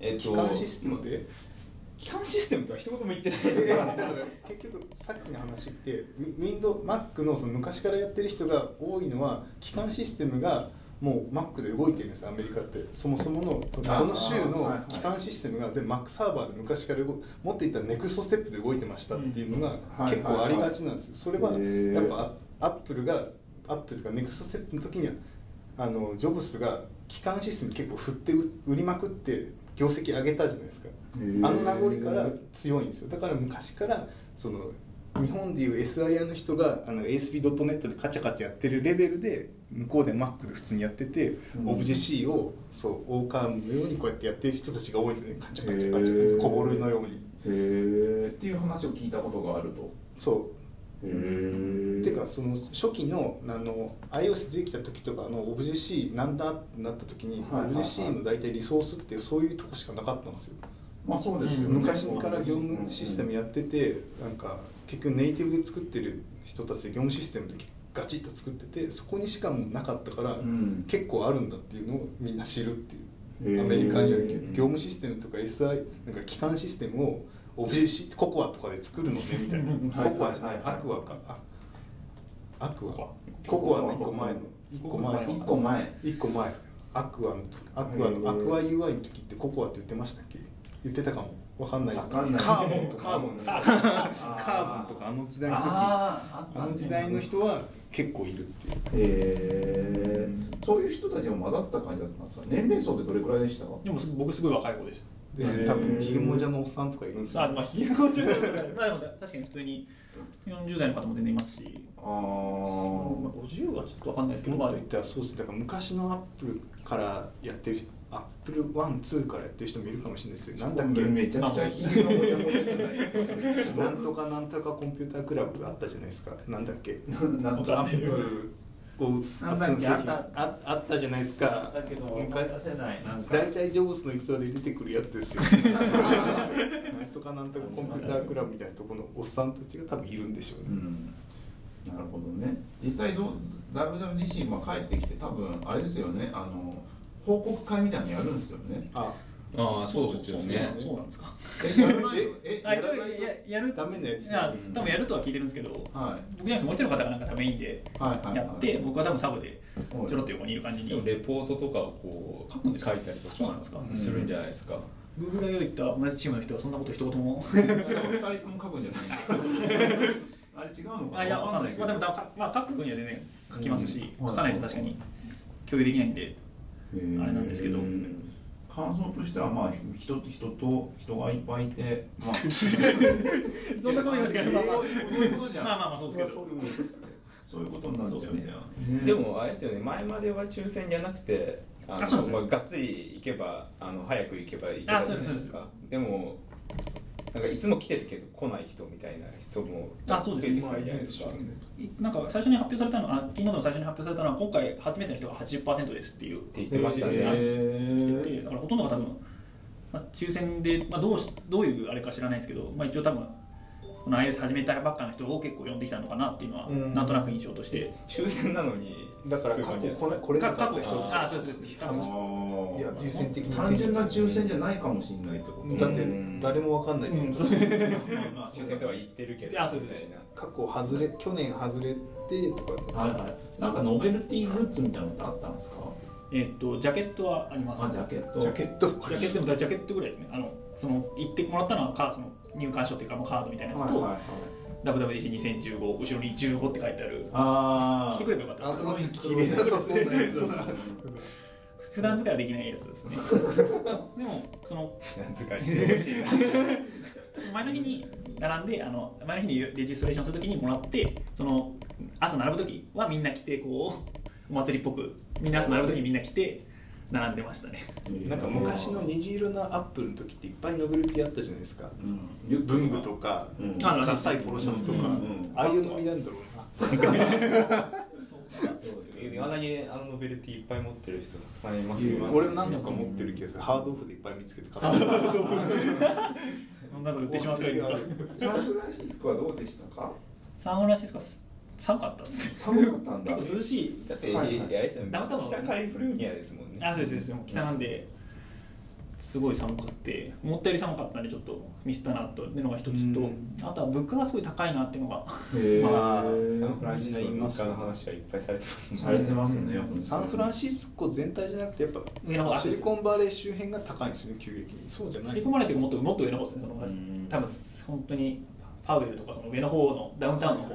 [SPEAKER 4] えっと
[SPEAKER 2] 機関システムで、
[SPEAKER 4] 機関システムとは一言も言ってないです
[SPEAKER 2] で
[SPEAKER 4] よ
[SPEAKER 2] だから結局さっきの話って Windows、Mac のその昔からやってる人が多いのは基幹システムがもう Mac で動いてるんですアメリカってそもそものこ
[SPEAKER 1] あ
[SPEAKER 2] の州
[SPEAKER 1] あはい
[SPEAKER 2] の
[SPEAKER 1] はい
[SPEAKER 2] 基幹システムが全部 Mac サーバーで昔から動持っていたネクストステップで動いてましたっていうの
[SPEAKER 1] うん
[SPEAKER 2] が結構ありがちなんですよそれは
[SPEAKER 1] へー
[SPEAKER 2] やっぱアップルがアップルとかネクストステップの時にはあのジョブスが基幹システム結構振って売売りまくって業績上げたじゃないですか
[SPEAKER 1] へ
[SPEAKER 2] あ
[SPEAKER 1] ー
[SPEAKER 2] の名残から強いんですよだから昔からその日本でいう SIR の人があの ASP.NET でカチャカチャやってるレベルで向こうで Mac で普通にやってて、
[SPEAKER 1] うん
[SPEAKER 2] オブジェ C をそうオーカームのようにこうやってやってる人たちが多いんですよねカチャカチャカチャカチ
[SPEAKER 1] へ
[SPEAKER 2] ャ
[SPEAKER 1] ー
[SPEAKER 2] こぼれのように
[SPEAKER 1] へえっていう話を聞いたことがあると
[SPEAKER 2] そう
[SPEAKER 1] へ
[SPEAKER 2] っ
[SPEAKER 1] え
[SPEAKER 2] ていうかその初期のあの iOS 出てきた時とかのオブジェ C なんだってなった時に、
[SPEAKER 1] はいはいはい
[SPEAKER 2] オブジェ C の大体リソースってそういうとこしかなかったんですよ
[SPEAKER 1] まあそうですよね、
[SPEAKER 2] 昔から業務システムやっててなんか結局ネイティブで作ってる人たちで業務システムでガチッと作っててそこにしかもうなかったから
[SPEAKER 1] ん
[SPEAKER 2] 結構あるんだっていうのをみんな知るってい
[SPEAKER 1] へ
[SPEAKER 2] う
[SPEAKER 1] ー
[SPEAKER 2] アメリカには業務システムとか SI なんか基幹システムをオブジェ C ココアとかで作るのねみたいな
[SPEAKER 1] はい
[SPEAKER 2] ココアじゃない
[SPEAKER 1] はいは
[SPEAKER 2] ア
[SPEAKER 1] い
[SPEAKER 2] クアかあアクア
[SPEAKER 3] ココ
[SPEAKER 1] ア
[SPEAKER 2] ココアの1個前の1個前
[SPEAKER 1] 一個前
[SPEAKER 2] 一個前アクアの時アクア
[SPEAKER 1] へ
[SPEAKER 2] の
[SPEAKER 1] ー
[SPEAKER 2] アクア UI の時ってココアって言ってましたっけ言ってたかもわかんない
[SPEAKER 1] わかんない
[SPEAKER 2] カーボンと
[SPEAKER 4] カ
[SPEAKER 2] か
[SPEAKER 4] ーボンの
[SPEAKER 2] カーボンとかあの時代の時あ
[SPEAKER 1] あーあったね
[SPEAKER 2] の時代の人は結構いるっていう
[SPEAKER 1] へーそういう人たちも混ざってた感じだったんですか年齢層ってどれくらいでした
[SPEAKER 3] もす僕すごい若い子でした
[SPEAKER 1] へ
[SPEAKER 2] で
[SPEAKER 1] ー
[SPEAKER 2] 多分ひげもじゃのおっさんとかいるんですよ
[SPEAKER 3] あまあひげ50代ぐらいまあでも確かに普通に40代の方も全然いますし
[SPEAKER 1] あ
[SPEAKER 3] まあ
[SPEAKER 1] ー
[SPEAKER 3] 50はちょっとわかんないですけど
[SPEAKER 2] も
[SPEAKER 3] ま
[SPEAKER 2] っ
[SPEAKER 3] あ
[SPEAKER 2] と言ったらそうですだから昔のアップルからやってるアップルワンツーからやってる人もいるかもしれないですよなんだっけ
[SPEAKER 1] めちゃくちゃひげがもやもやじゃないですか
[SPEAKER 2] なんとかなんとかコンピュータークラブあったじゃないですかなんだっけ
[SPEAKER 1] なん
[SPEAKER 3] わか
[SPEAKER 2] ア
[SPEAKER 3] んない
[SPEAKER 2] ップルこう
[SPEAKER 1] なんだっけ
[SPEAKER 2] アップルの製品ああったじゃないですか昔
[SPEAKER 1] せないなん
[SPEAKER 2] 大体ジョブスの逸話で出てくるやつですよなんとかなんとかコンピュータークラブみたいなところのおっさんたちが多分いるんでしょう
[SPEAKER 1] う
[SPEAKER 2] ね、
[SPEAKER 1] んなるほどね実際どう WWDC まあ帰ってきて多分あれですよねあの報告会みたいなのやるんですよね
[SPEAKER 2] あ
[SPEAKER 4] ああそうですよ
[SPEAKER 3] そうそうなんですか
[SPEAKER 1] えやらないのえ
[SPEAKER 3] あ
[SPEAKER 1] や
[SPEAKER 3] 一
[SPEAKER 1] ら
[SPEAKER 3] 応
[SPEAKER 1] ない
[SPEAKER 3] ややる
[SPEAKER 2] ダメなやつ
[SPEAKER 3] いや多分やるとは聞いてるんですけど
[SPEAKER 1] はい
[SPEAKER 3] 僕じゃなくてもう一人の方がなんか多分いいんで
[SPEAKER 1] はいはいはい
[SPEAKER 3] やって僕は多分サブでちょろっと横にいる感じに
[SPEAKER 4] でもレポートとかをこう
[SPEAKER 3] 書くんですか
[SPEAKER 4] 書いたりと
[SPEAKER 3] そうなんですか
[SPEAKER 4] かするんじゃないですか、
[SPEAKER 3] Google が用意した同じチームの人はそんなこと一言も
[SPEAKER 1] 2人とも書くんじゃないですかあれ違うのか
[SPEAKER 3] あいや
[SPEAKER 1] な
[SPEAKER 3] わ
[SPEAKER 1] わかん
[SPEAKER 3] かんな
[SPEAKER 1] ないいけ
[SPEAKER 3] です
[SPEAKER 1] ど
[SPEAKER 3] まあでもだからまあ書く分には全然書きますし
[SPEAKER 1] うん
[SPEAKER 3] 書かないと確かに共有できないんで
[SPEAKER 1] へー
[SPEAKER 3] あれなんですけど
[SPEAKER 1] うん感想としてはまあ人と人と人がいっぱいいてまあ
[SPEAKER 3] そんな こと言いましたけど
[SPEAKER 1] そういうことじゃん
[SPEAKER 3] まあまあまあそうですけど
[SPEAKER 1] そういうことになっちゃうじゃん、
[SPEAKER 4] でもあれですよね前までは抽選じゃなくてあ
[SPEAKER 3] あそうです
[SPEAKER 4] まあ、がっつり行けばあの早く行けば行けば
[SPEAKER 3] あ
[SPEAKER 4] じ
[SPEAKER 3] そ
[SPEAKER 4] ゃ
[SPEAKER 3] うです
[SPEAKER 4] ないですかでもなんかいつも来てるけど来ない人みたいな人も
[SPEAKER 3] あそうですね
[SPEAKER 4] 出てくるじゃないですか、
[SPEAKER 3] なんか最初に発表されたのは昨日の最初に発表されたのは今回初めての人が80%ですっていう
[SPEAKER 4] って言ってましたね、
[SPEAKER 3] でだからほとんどが多分、まあ、抽選で、まあ、どうしどういうあれか知らないですけど、まあ、一応多分この iOS 始めたばっかの人を結構呼んできたのかなっていうのは
[SPEAKER 2] うん
[SPEAKER 3] なんとなく印象として
[SPEAKER 4] 抽選なのに
[SPEAKER 2] だから過
[SPEAKER 4] そう
[SPEAKER 2] 去
[SPEAKER 4] いう感じなんです
[SPEAKER 2] これこれな
[SPEAKER 3] か
[SPEAKER 2] か
[SPEAKER 3] 過
[SPEAKER 2] っ
[SPEAKER 3] 去
[SPEAKER 2] た人
[SPEAKER 3] 人
[SPEAKER 2] と
[SPEAKER 3] と
[SPEAKER 2] か
[SPEAKER 3] あそうですそうです
[SPEAKER 2] あのいや抽選的に
[SPEAKER 1] 単純な抽選じゃないかもしれないってこと
[SPEAKER 2] だって誰もわかんないけど、
[SPEAKER 1] まあ
[SPEAKER 4] 抽選とは言ってるけど
[SPEAKER 3] あそうです
[SPEAKER 4] みたいな
[SPEAKER 2] 過去外れ去年外れてとかね、
[SPEAKER 1] はいはい、なんかノベルティグッズみたいなのってあったんですか
[SPEAKER 3] えっとジャケットはあります
[SPEAKER 1] あジャケット
[SPEAKER 2] ジャケット
[SPEAKER 3] ジャケットでもジャケットぐらいですねあのその言ってもらったのはカードの入館証っていうかもうカードみたいなやつと、
[SPEAKER 1] はいはいはい、
[SPEAKER 3] WWDC2015 後ろに15って書いてある
[SPEAKER 1] あ
[SPEAKER 3] 来てくればよかったです
[SPEAKER 2] 頭に切れなさそうなやつ
[SPEAKER 3] 普段使いはできないやつ ですねでもその
[SPEAKER 4] なんつかしてほしいな
[SPEAKER 3] 前の日に並んであの前の日にレジストレーションするときにもらってその朝並ぶときはみんな来てこうお祭りっぽくみんな朝並ぶときみんな来て並んでましたね
[SPEAKER 2] なんか昔の
[SPEAKER 1] に、
[SPEAKER 2] 虹色のアップルの時っていっぱいノベルティあったじゃないですか
[SPEAKER 1] うん、
[SPEAKER 2] 文具とか、
[SPEAKER 1] うん
[SPEAKER 3] あらしい
[SPEAKER 2] ダサいポロシャツとか、
[SPEAKER 3] うん
[SPEAKER 1] うん
[SPEAKER 2] ああいうのみなんだろうな
[SPEAKER 3] そう
[SPEAKER 4] そうですいまだにあのノベルティいっぱい持ってる人たくさんいます
[SPEAKER 1] います
[SPEAKER 2] 俺も何度か持ってるけどハードオフでいっぱい見つけて買った
[SPEAKER 3] そ んなこと売ってしまったりとか
[SPEAKER 1] サンフランシスコはどうでしたか
[SPEAKER 3] サンフランシスコは寒かったっすね
[SPEAKER 1] 寒かったんだ
[SPEAKER 3] 結構涼しい
[SPEAKER 4] だって、い
[SPEAKER 1] はい
[SPEAKER 4] い、
[SPEAKER 1] はい
[SPEAKER 4] あれですよね
[SPEAKER 3] ダウンタウンの
[SPEAKER 4] 北カリフォルニアですもんね
[SPEAKER 3] あそうですそうですもう北なんですごい寒くて思ったより寒かったんでちょっとミスったなというのが一つ
[SPEAKER 2] う
[SPEAKER 3] と
[SPEAKER 2] ん
[SPEAKER 3] あとは物価がすごい高いなっていうのが
[SPEAKER 1] へー
[SPEAKER 4] まあサンフランシスコ
[SPEAKER 2] みんな言い
[SPEAKER 4] の
[SPEAKER 2] ますね
[SPEAKER 4] の話はいっぱいされてます
[SPEAKER 1] されてますね、
[SPEAKER 2] サンフラン
[SPEAKER 1] シ
[SPEAKER 2] シスコ全体じゃなくてやっ
[SPEAKER 3] 上の方
[SPEAKER 2] ぱシリコンバレー周辺が高いんですよね急激にそうじゃな
[SPEAKER 3] シ
[SPEAKER 2] い
[SPEAKER 3] リコンバレーってもっともっと上の方ですねその
[SPEAKER 4] うん
[SPEAKER 3] 多分本当にパウエルとかその上の方のダウンタウンの方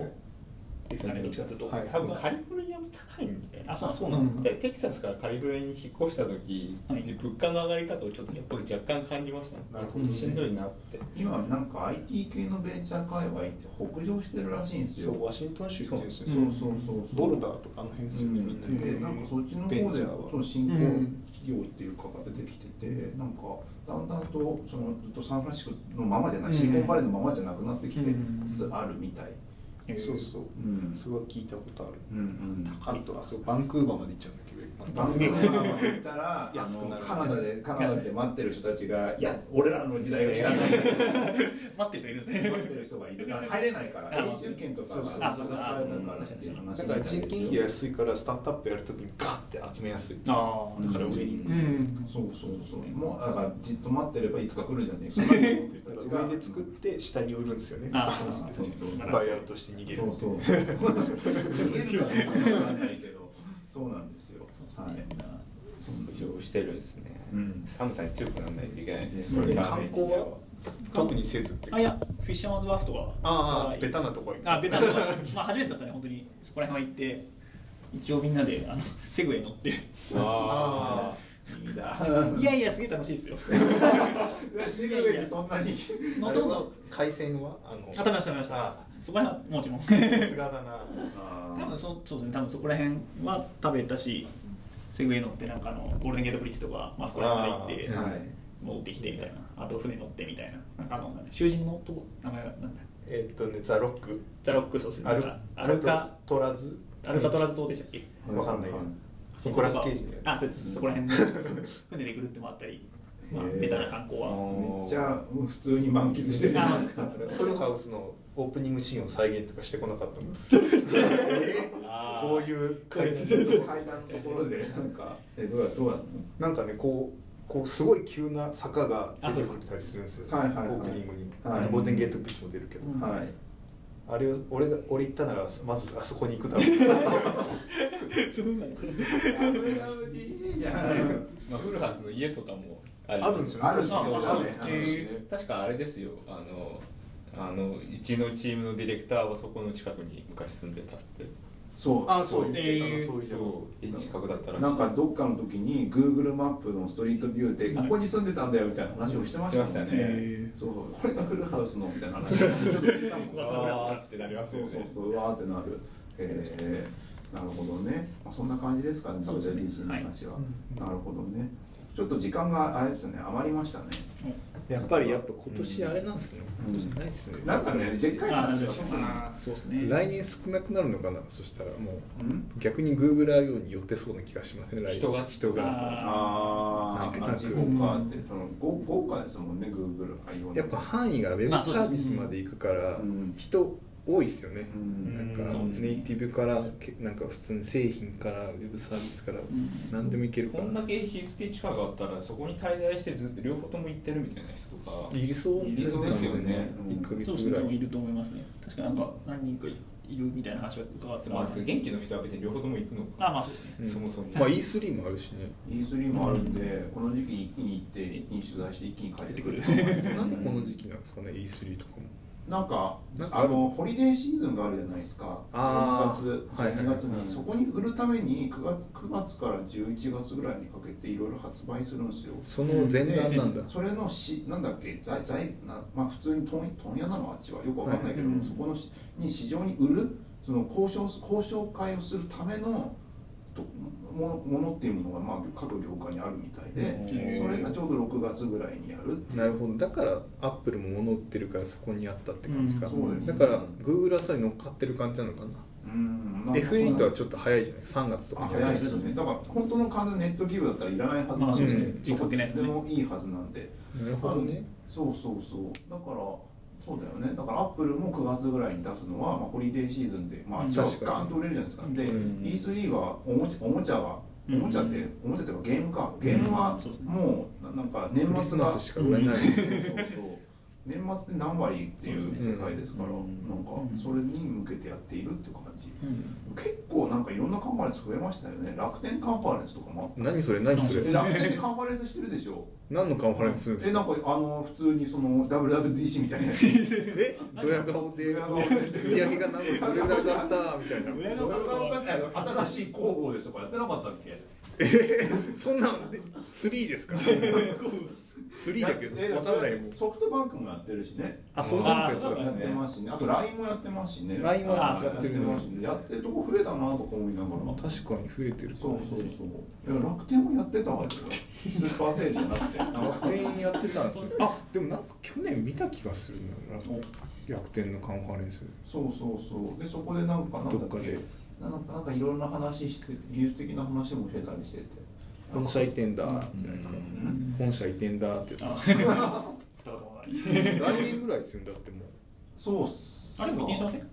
[SPEAKER 3] ですかね
[SPEAKER 4] はい
[SPEAKER 3] どっちかというと、
[SPEAKER 2] はい
[SPEAKER 4] 多分カリフォルニアも高いんで
[SPEAKER 3] あそう
[SPEAKER 2] そうなんだ
[SPEAKER 4] でテキサスからカリフォルニアに引っ越した時、
[SPEAKER 3] はい
[SPEAKER 4] 物価の上がり方をちょっとやっぱり若干感じましたね
[SPEAKER 2] なるほどね
[SPEAKER 4] しんどいなって
[SPEAKER 1] 今なんか IT 系のベンチャー界隈って北上してるらしいんです
[SPEAKER 2] そ
[SPEAKER 1] よ
[SPEAKER 2] うワシントン州行ってるんですよ
[SPEAKER 1] そうそうそうそう
[SPEAKER 2] ボルダーとかあの辺ですよね、みんな
[SPEAKER 1] うん、でなんかそっちの
[SPEAKER 2] ベン
[SPEAKER 1] 方
[SPEAKER 2] チ
[SPEAKER 1] でち
[SPEAKER 2] ャ
[SPEAKER 1] ょ
[SPEAKER 2] ー
[SPEAKER 1] っ
[SPEAKER 2] は
[SPEAKER 1] と新興
[SPEAKER 2] うん
[SPEAKER 1] 企業っていうかが出てきてて、なんかだんだんとそのずっとサンフランシスコのままじゃないシリコンバレーのままじゃなくなってきて
[SPEAKER 3] うん
[SPEAKER 1] つつあるみたい、
[SPEAKER 3] えー
[SPEAKER 2] そうそう
[SPEAKER 1] うん
[SPEAKER 2] すごい聞いたことある
[SPEAKER 1] うんうん
[SPEAKER 2] あとはそうバンクーバーまで行っちゃうんだけど
[SPEAKER 1] バンクーバーまで行ったらあ
[SPEAKER 2] 安くな
[SPEAKER 1] の
[SPEAKER 2] る
[SPEAKER 1] カナダでカナダで待ってる人たちがいや俺らの時代が来たんだって
[SPEAKER 3] 待ってる人いるんですね
[SPEAKER 1] 待ってる人がい る入れないから
[SPEAKER 3] あ
[SPEAKER 1] 永住権とか
[SPEAKER 2] そうそうそう
[SPEAKER 1] がそうそうされたからっていう話
[SPEAKER 2] だ
[SPEAKER 1] みた
[SPEAKER 2] か
[SPEAKER 1] い
[SPEAKER 2] ら
[SPEAKER 1] です
[SPEAKER 2] 人
[SPEAKER 1] よ
[SPEAKER 2] 件費安いからスタートアップやるときにガーって集めやすいだか
[SPEAKER 3] ああ
[SPEAKER 2] ら上に
[SPEAKER 3] うん、
[SPEAKER 1] そうそうそうもうだからじっと待ってればいつか来るんじゃ ねえかなって思ってる人たちが
[SPEAKER 2] 上で作って下に売るんですよね
[SPEAKER 3] あ
[SPEAKER 1] ーそうそうそう
[SPEAKER 2] バイアウトして逃げる
[SPEAKER 1] そうそう。逃げるかどうかわかんないけど、そうなんですよ。はい。
[SPEAKER 4] 移動してるんですね、
[SPEAKER 1] うん
[SPEAKER 4] 寒さに強くならないといけないです
[SPEAKER 1] それ
[SPEAKER 4] ね
[SPEAKER 1] で
[SPEAKER 4] が
[SPEAKER 2] 観光は特にせずっていう
[SPEAKER 3] あいやフィッシャーマンズワーフとか
[SPEAKER 2] ああベ
[SPEAKER 3] タ
[SPEAKER 2] タなとこ行く
[SPEAKER 3] あベタとかまあ初めてだったね本当にそこら辺は行って一応みんなであのセグウェイ乗って
[SPEAKER 4] あ
[SPEAKER 2] あ
[SPEAKER 1] いいな。
[SPEAKER 3] いやいやすげえ楽しいですよ
[SPEAKER 1] セグウェイでそんなに。
[SPEAKER 2] あ
[SPEAKER 3] 乗ったこと
[SPEAKER 2] 海鮮はあの
[SPEAKER 3] あ食べました食べました
[SPEAKER 2] あ
[SPEAKER 3] そこら辺はもちろん
[SPEAKER 2] さすがだな
[SPEAKER 3] 多分そそうですね多分そこら辺は食べたしセグウェイ乗ってなんかあのゴールデンゲートブリッジとか、まあそこら辺まで行って、
[SPEAKER 1] あーはい
[SPEAKER 3] 戻ってきてみたいなあと船乗ってみたいななんかあの囚人のとこ名前がなんだ
[SPEAKER 2] えっとねザ・ロック
[SPEAKER 3] ザロックそうですね
[SPEAKER 2] アル
[SPEAKER 3] なんかアルカ
[SPEAKER 2] トラズ
[SPEAKER 3] アルカトラズ島でしたっけ
[SPEAKER 2] わかんないけど
[SPEAKER 3] そ
[SPEAKER 2] ニコ
[SPEAKER 3] こら
[SPEAKER 2] ラス・ケイジのや
[SPEAKER 3] あそうですそこら辺の船でぐるって回ったり、まあ
[SPEAKER 1] へー
[SPEAKER 3] ベタな観光は
[SPEAKER 1] めっちゃ普通に満喫してるじゃないですか。
[SPEAKER 2] つフルハウスのオープニングシーンを再現とかしてこなかったんです え
[SPEAKER 4] あー
[SPEAKER 2] こういう感 じ
[SPEAKER 1] 階
[SPEAKER 2] で
[SPEAKER 1] 段のところでなんかえどうやどうや
[SPEAKER 2] なんかねこうこうすごい急な坂が出てくれたりするんですよ、
[SPEAKER 1] あそうですはいはいはい
[SPEAKER 2] オープニングに、
[SPEAKER 1] はい
[SPEAKER 2] あのゴールデンゲートブリッジも出るけど、
[SPEAKER 3] うん
[SPEAKER 1] はい。
[SPEAKER 2] あれを俺が俺行ったならまずあそこに行くだろう
[SPEAKER 3] そうなんだ
[SPEAKER 1] WWDC じゃない。
[SPEAKER 4] まあ、フルハウスの家とかもあ
[SPEAKER 2] あるんですよね
[SPEAKER 1] あるんですよ
[SPEAKER 2] 確
[SPEAKER 1] あ
[SPEAKER 2] かに
[SPEAKER 1] るんですよ
[SPEAKER 2] あるしね
[SPEAKER 4] 確かあれですよあのあのうちのチームのディレクターはそこの近くに昔住んでたって
[SPEAKER 1] そう
[SPEAKER 5] あそう
[SPEAKER 3] え
[SPEAKER 5] 言っ
[SPEAKER 3] え
[SPEAKER 5] てたのそうい
[SPEAKER 4] そ
[SPEAKER 5] えば
[SPEAKER 4] うエッジ角だったら
[SPEAKER 1] なんかどっかの時に Google マップのストリートビューでここに住んでたんだよみたいな話をしてましたもん
[SPEAKER 4] してましたね
[SPEAKER 3] え
[SPEAKER 1] そうそうこれがフルハウスのみたいな話をしてたもん
[SPEAKER 3] 噂
[SPEAKER 1] あー
[SPEAKER 4] あーってなります
[SPEAKER 1] そ
[SPEAKER 4] よ
[SPEAKER 1] う
[SPEAKER 4] ね
[SPEAKER 1] そうそううわーってなるえー、なるほどね、まあ、そんな感じですかね
[SPEAKER 3] そうですね
[SPEAKER 1] WDC の話は、
[SPEAKER 5] はい
[SPEAKER 1] なるほどねちょっと時間があれですね余りましたね
[SPEAKER 5] やっぱりやっぱ今年あれなんですね、
[SPEAKER 1] うん
[SPEAKER 5] 今年ないですね
[SPEAKER 1] なんかねでっかい
[SPEAKER 3] あ
[SPEAKER 1] 話
[SPEAKER 3] ー
[SPEAKER 1] は
[SPEAKER 3] そう
[SPEAKER 1] 特
[SPEAKER 3] か
[SPEAKER 1] に
[SPEAKER 3] なそうですね
[SPEAKER 5] 来年少なくなるのかなそしたらも
[SPEAKER 1] う
[SPEAKER 5] う
[SPEAKER 1] ん
[SPEAKER 5] 逆に Google あように寄ってそうな気がしますね来年
[SPEAKER 4] 人が
[SPEAKER 5] 人が
[SPEAKER 1] あー
[SPEAKER 5] な
[SPEAKER 1] あ
[SPEAKER 5] んか
[SPEAKER 1] 自己化ってその豪豪華ですもんね Google 配用
[SPEAKER 5] やっぱ範囲がウェブ
[SPEAKER 3] まあそうですね
[SPEAKER 5] サービスまで行くから
[SPEAKER 1] うん
[SPEAKER 5] 人多いっすよね、
[SPEAKER 1] うん
[SPEAKER 5] なん
[SPEAKER 4] うん
[SPEAKER 5] か
[SPEAKER 3] そうですね
[SPEAKER 5] ネイティブからけなんか普通に製品からウェブサービスから
[SPEAKER 3] ん
[SPEAKER 5] 何でもいけるか
[SPEAKER 4] こん
[SPEAKER 5] ら
[SPEAKER 4] だけ非スピーチカーがあったらそこに滞在してずっと両方とも行ってるみたいな人とか
[SPEAKER 5] いりそう
[SPEAKER 4] いりそうですよね
[SPEAKER 1] うん
[SPEAKER 5] 1ヶ
[SPEAKER 3] そうで
[SPEAKER 5] 月
[SPEAKER 3] す
[SPEAKER 5] ぐ
[SPEAKER 3] ね
[SPEAKER 5] ら
[SPEAKER 3] 多分い
[SPEAKER 5] い
[SPEAKER 3] ると思いますね確かなんか何人かいるみたいな話は伺って
[SPEAKER 4] でも
[SPEAKER 3] ま
[SPEAKER 4] あ
[SPEAKER 3] す
[SPEAKER 4] 元気の人は別に両方とも行くのか
[SPEAKER 3] あまあそうですね
[SPEAKER 5] うん
[SPEAKER 4] そもそも
[SPEAKER 5] まあ E3 もあるしね
[SPEAKER 1] E3 もあるんでこの時期に一気に行って一気に取材して一気に帰ってくる
[SPEAKER 3] 帰ってく
[SPEAKER 5] なんでこの時期なんですかね E3 とかも
[SPEAKER 1] なんか
[SPEAKER 5] なんかあ
[SPEAKER 1] あ
[SPEAKER 5] る
[SPEAKER 1] のホリデーシーズンがあるじゃないですか
[SPEAKER 5] あー
[SPEAKER 1] 10月
[SPEAKER 5] はい
[SPEAKER 1] 12
[SPEAKER 5] はい
[SPEAKER 1] 月に、
[SPEAKER 4] うん
[SPEAKER 1] そこに売るために 9, 月9月から11月ぐらいにかけていろいろ発売するんですよ
[SPEAKER 5] その前段なんだ
[SPEAKER 1] でそれのしなんだっけ在在な、まあ、普通に問問屋なのあっちはよくわかんないけど、
[SPEAKER 4] はいはい
[SPEAKER 1] そこのしに市場に売るその交渉す交渉会をするためのとものものっていうものが、まあ、各業界にあるみたいで、
[SPEAKER 3] うん
[SPEAKER 1] それがちょうど6月ぐらいにやる
[SPEAKER 5] なるほどだからアップルも物売ってるからそこにあったって感じか、
[SPEAKER 1] うんそうです
[SPEAKER 5] だから Google はそれに乗っかってる感じなのかな
[SPEAKER 1] うんなんかそうなん
[SPEAKER 5] F8
[SPEAKER 1] です
[SPEAKER 5] はちょっと早いじゃない3月とか
[SPEAKER 1] あ
[SPEAKER 5] に
[SPEAKER 1] 早いですよねだから本当の完全ネット企業だったらいらないはずなん
[SPEAKER 3] まあそう
[SPEAKER 5] ですね
[SPEAKER 1] どこ
[SPEAKER 3] 時間かけない
[SPEAKER 1] で
[SPEAKER 3] ですね
[SPEAKER 1] もいいはずなんで
[SPEAKER 5] なるほどね
[SPEAKER 1] そうそうそうだからそうだよねだからアップルも9月ぐらいに出すのは、まあ、ホリデーシーズンで、まあ、
[SPEAKER 3] うん
[SPEAKER 1] あっちは
[SPEAKER 5] 確かに
[SPEAKER 1] ガーンと売れるじゃないですかで、
[SPEAKER 5] うん
[SPEAKER 1] E3 はおもちおもちゃはおもちゃって、
[SPEAKER 3] うん
[SPEAKER 1] おもちゃっていうかゲームかゲームは
[SPEAKER 3] うんそうですね
[SPEAKER 1] もうななんか年
[SPEAKER 5] クリス
[SPEAKER 1] 末
[SPEAKER 5] マ
[SPEAKER 1] が
[SPEAKER 5] スしか売れない、
[SPEAKER 1] そうそう年末で何割っていう世界ですから、
[SPEAKER 4] そうです
[SPEAKER 1] な
[SPEAKER 4] ね
[SPEAKER 1] んか
[SPEAKER 3] うん
[SPEAKER 1] それに向けてやっているっていう感じ、
[SPEAKER 3] うん
[SPEAKER 1] 結構なんかいろんなカンファレンス増えましたよね楽天カンファレンスとかもあっ
[SPEAKER 5] 何それ何 そ
[SPEAKER 1] え
[SPEAKER 5] れ
[SPEAKER 1] 楽天ってカンファレンスしてるでしょ
[SPEAKER 5] 何のカンファレンスするんです
[SPEAKER 1] えな
[SPEAKER 5] か
[SPEAKER 1] んかあの普通にその WWDC みたいなやつ
[SPEAKER 5] えドヤ顔で
[SPEAKER 1] ドヤ顔で
[SPEAKER 5] 売り上げが何個どれぐらい上がったみたいな
[SPEAKER 3] 親
[SPEAKER 1] そ
[SPEAKER 3] が
[SPEAKER 1] れが分かんない新しい広報ですとかやってなかったっけ
[SPEAKER 5] そんなんで3ですか3だけ
[SPEAKER 1] え
[SPEAKER 5] どわかんないもん
[SPEAKER 1] ソフトバンクもやってるしね
[SPEAKER 5] あそうなんです
[SPEAKER 3] あそう
[SPEAKER 1] や
[SPEAKER 3] だ
[SPEAKER 5] か
[SPEAKER 1] ってますしねあと LINE もやってますしね
[SPEAKER 5] LINE
[SPEAKER 3] も
[SPEAKER 1] や
[SPEAKER 3] や
[SPEAKER 1] っ
[SPEAKER 3] っててる
[SPEAKER 1] ますしねやってるとこ増えたなとか思いながら
[SPEAKER 5] 確かに増えてるか
[SPEAKER 1] そうそうそういや楽天もやってたわけよスーパーセールじゃなくてなんか
[SPEAKER 5] 楽天やってたんですねあでもなんか去年見た気がするんだよな楽天のカンファレンス
[SPEAKER 1] そうそうそうでそこでなんかなんだ
[SPEAKER 5] ど
[SPEAKER 1] っ
[SPEAKER 5] っ
[SPEAKER 1] け
[SPEAKER 5] かで
[SPEAKER 1] なんかなんかいろんな話して技術的な話もしてたりしてて
[SPEAKER 5] 本社移転だじゃないですか
[SPEAKER 1] ん
[SPEAKER 5] 本社移転だって
[SPEAKER 3] あ
[SPEAKER 5] やつ
[SPEAKER 3] 二言もない
[SPEAKER 5] 来年ぐらいですよだっても
[SPEAKER 1] そうっす
[SPEAKER 3] あれも移転しませ
[SPEAKER 1] ん
[SPEAKER 3] ん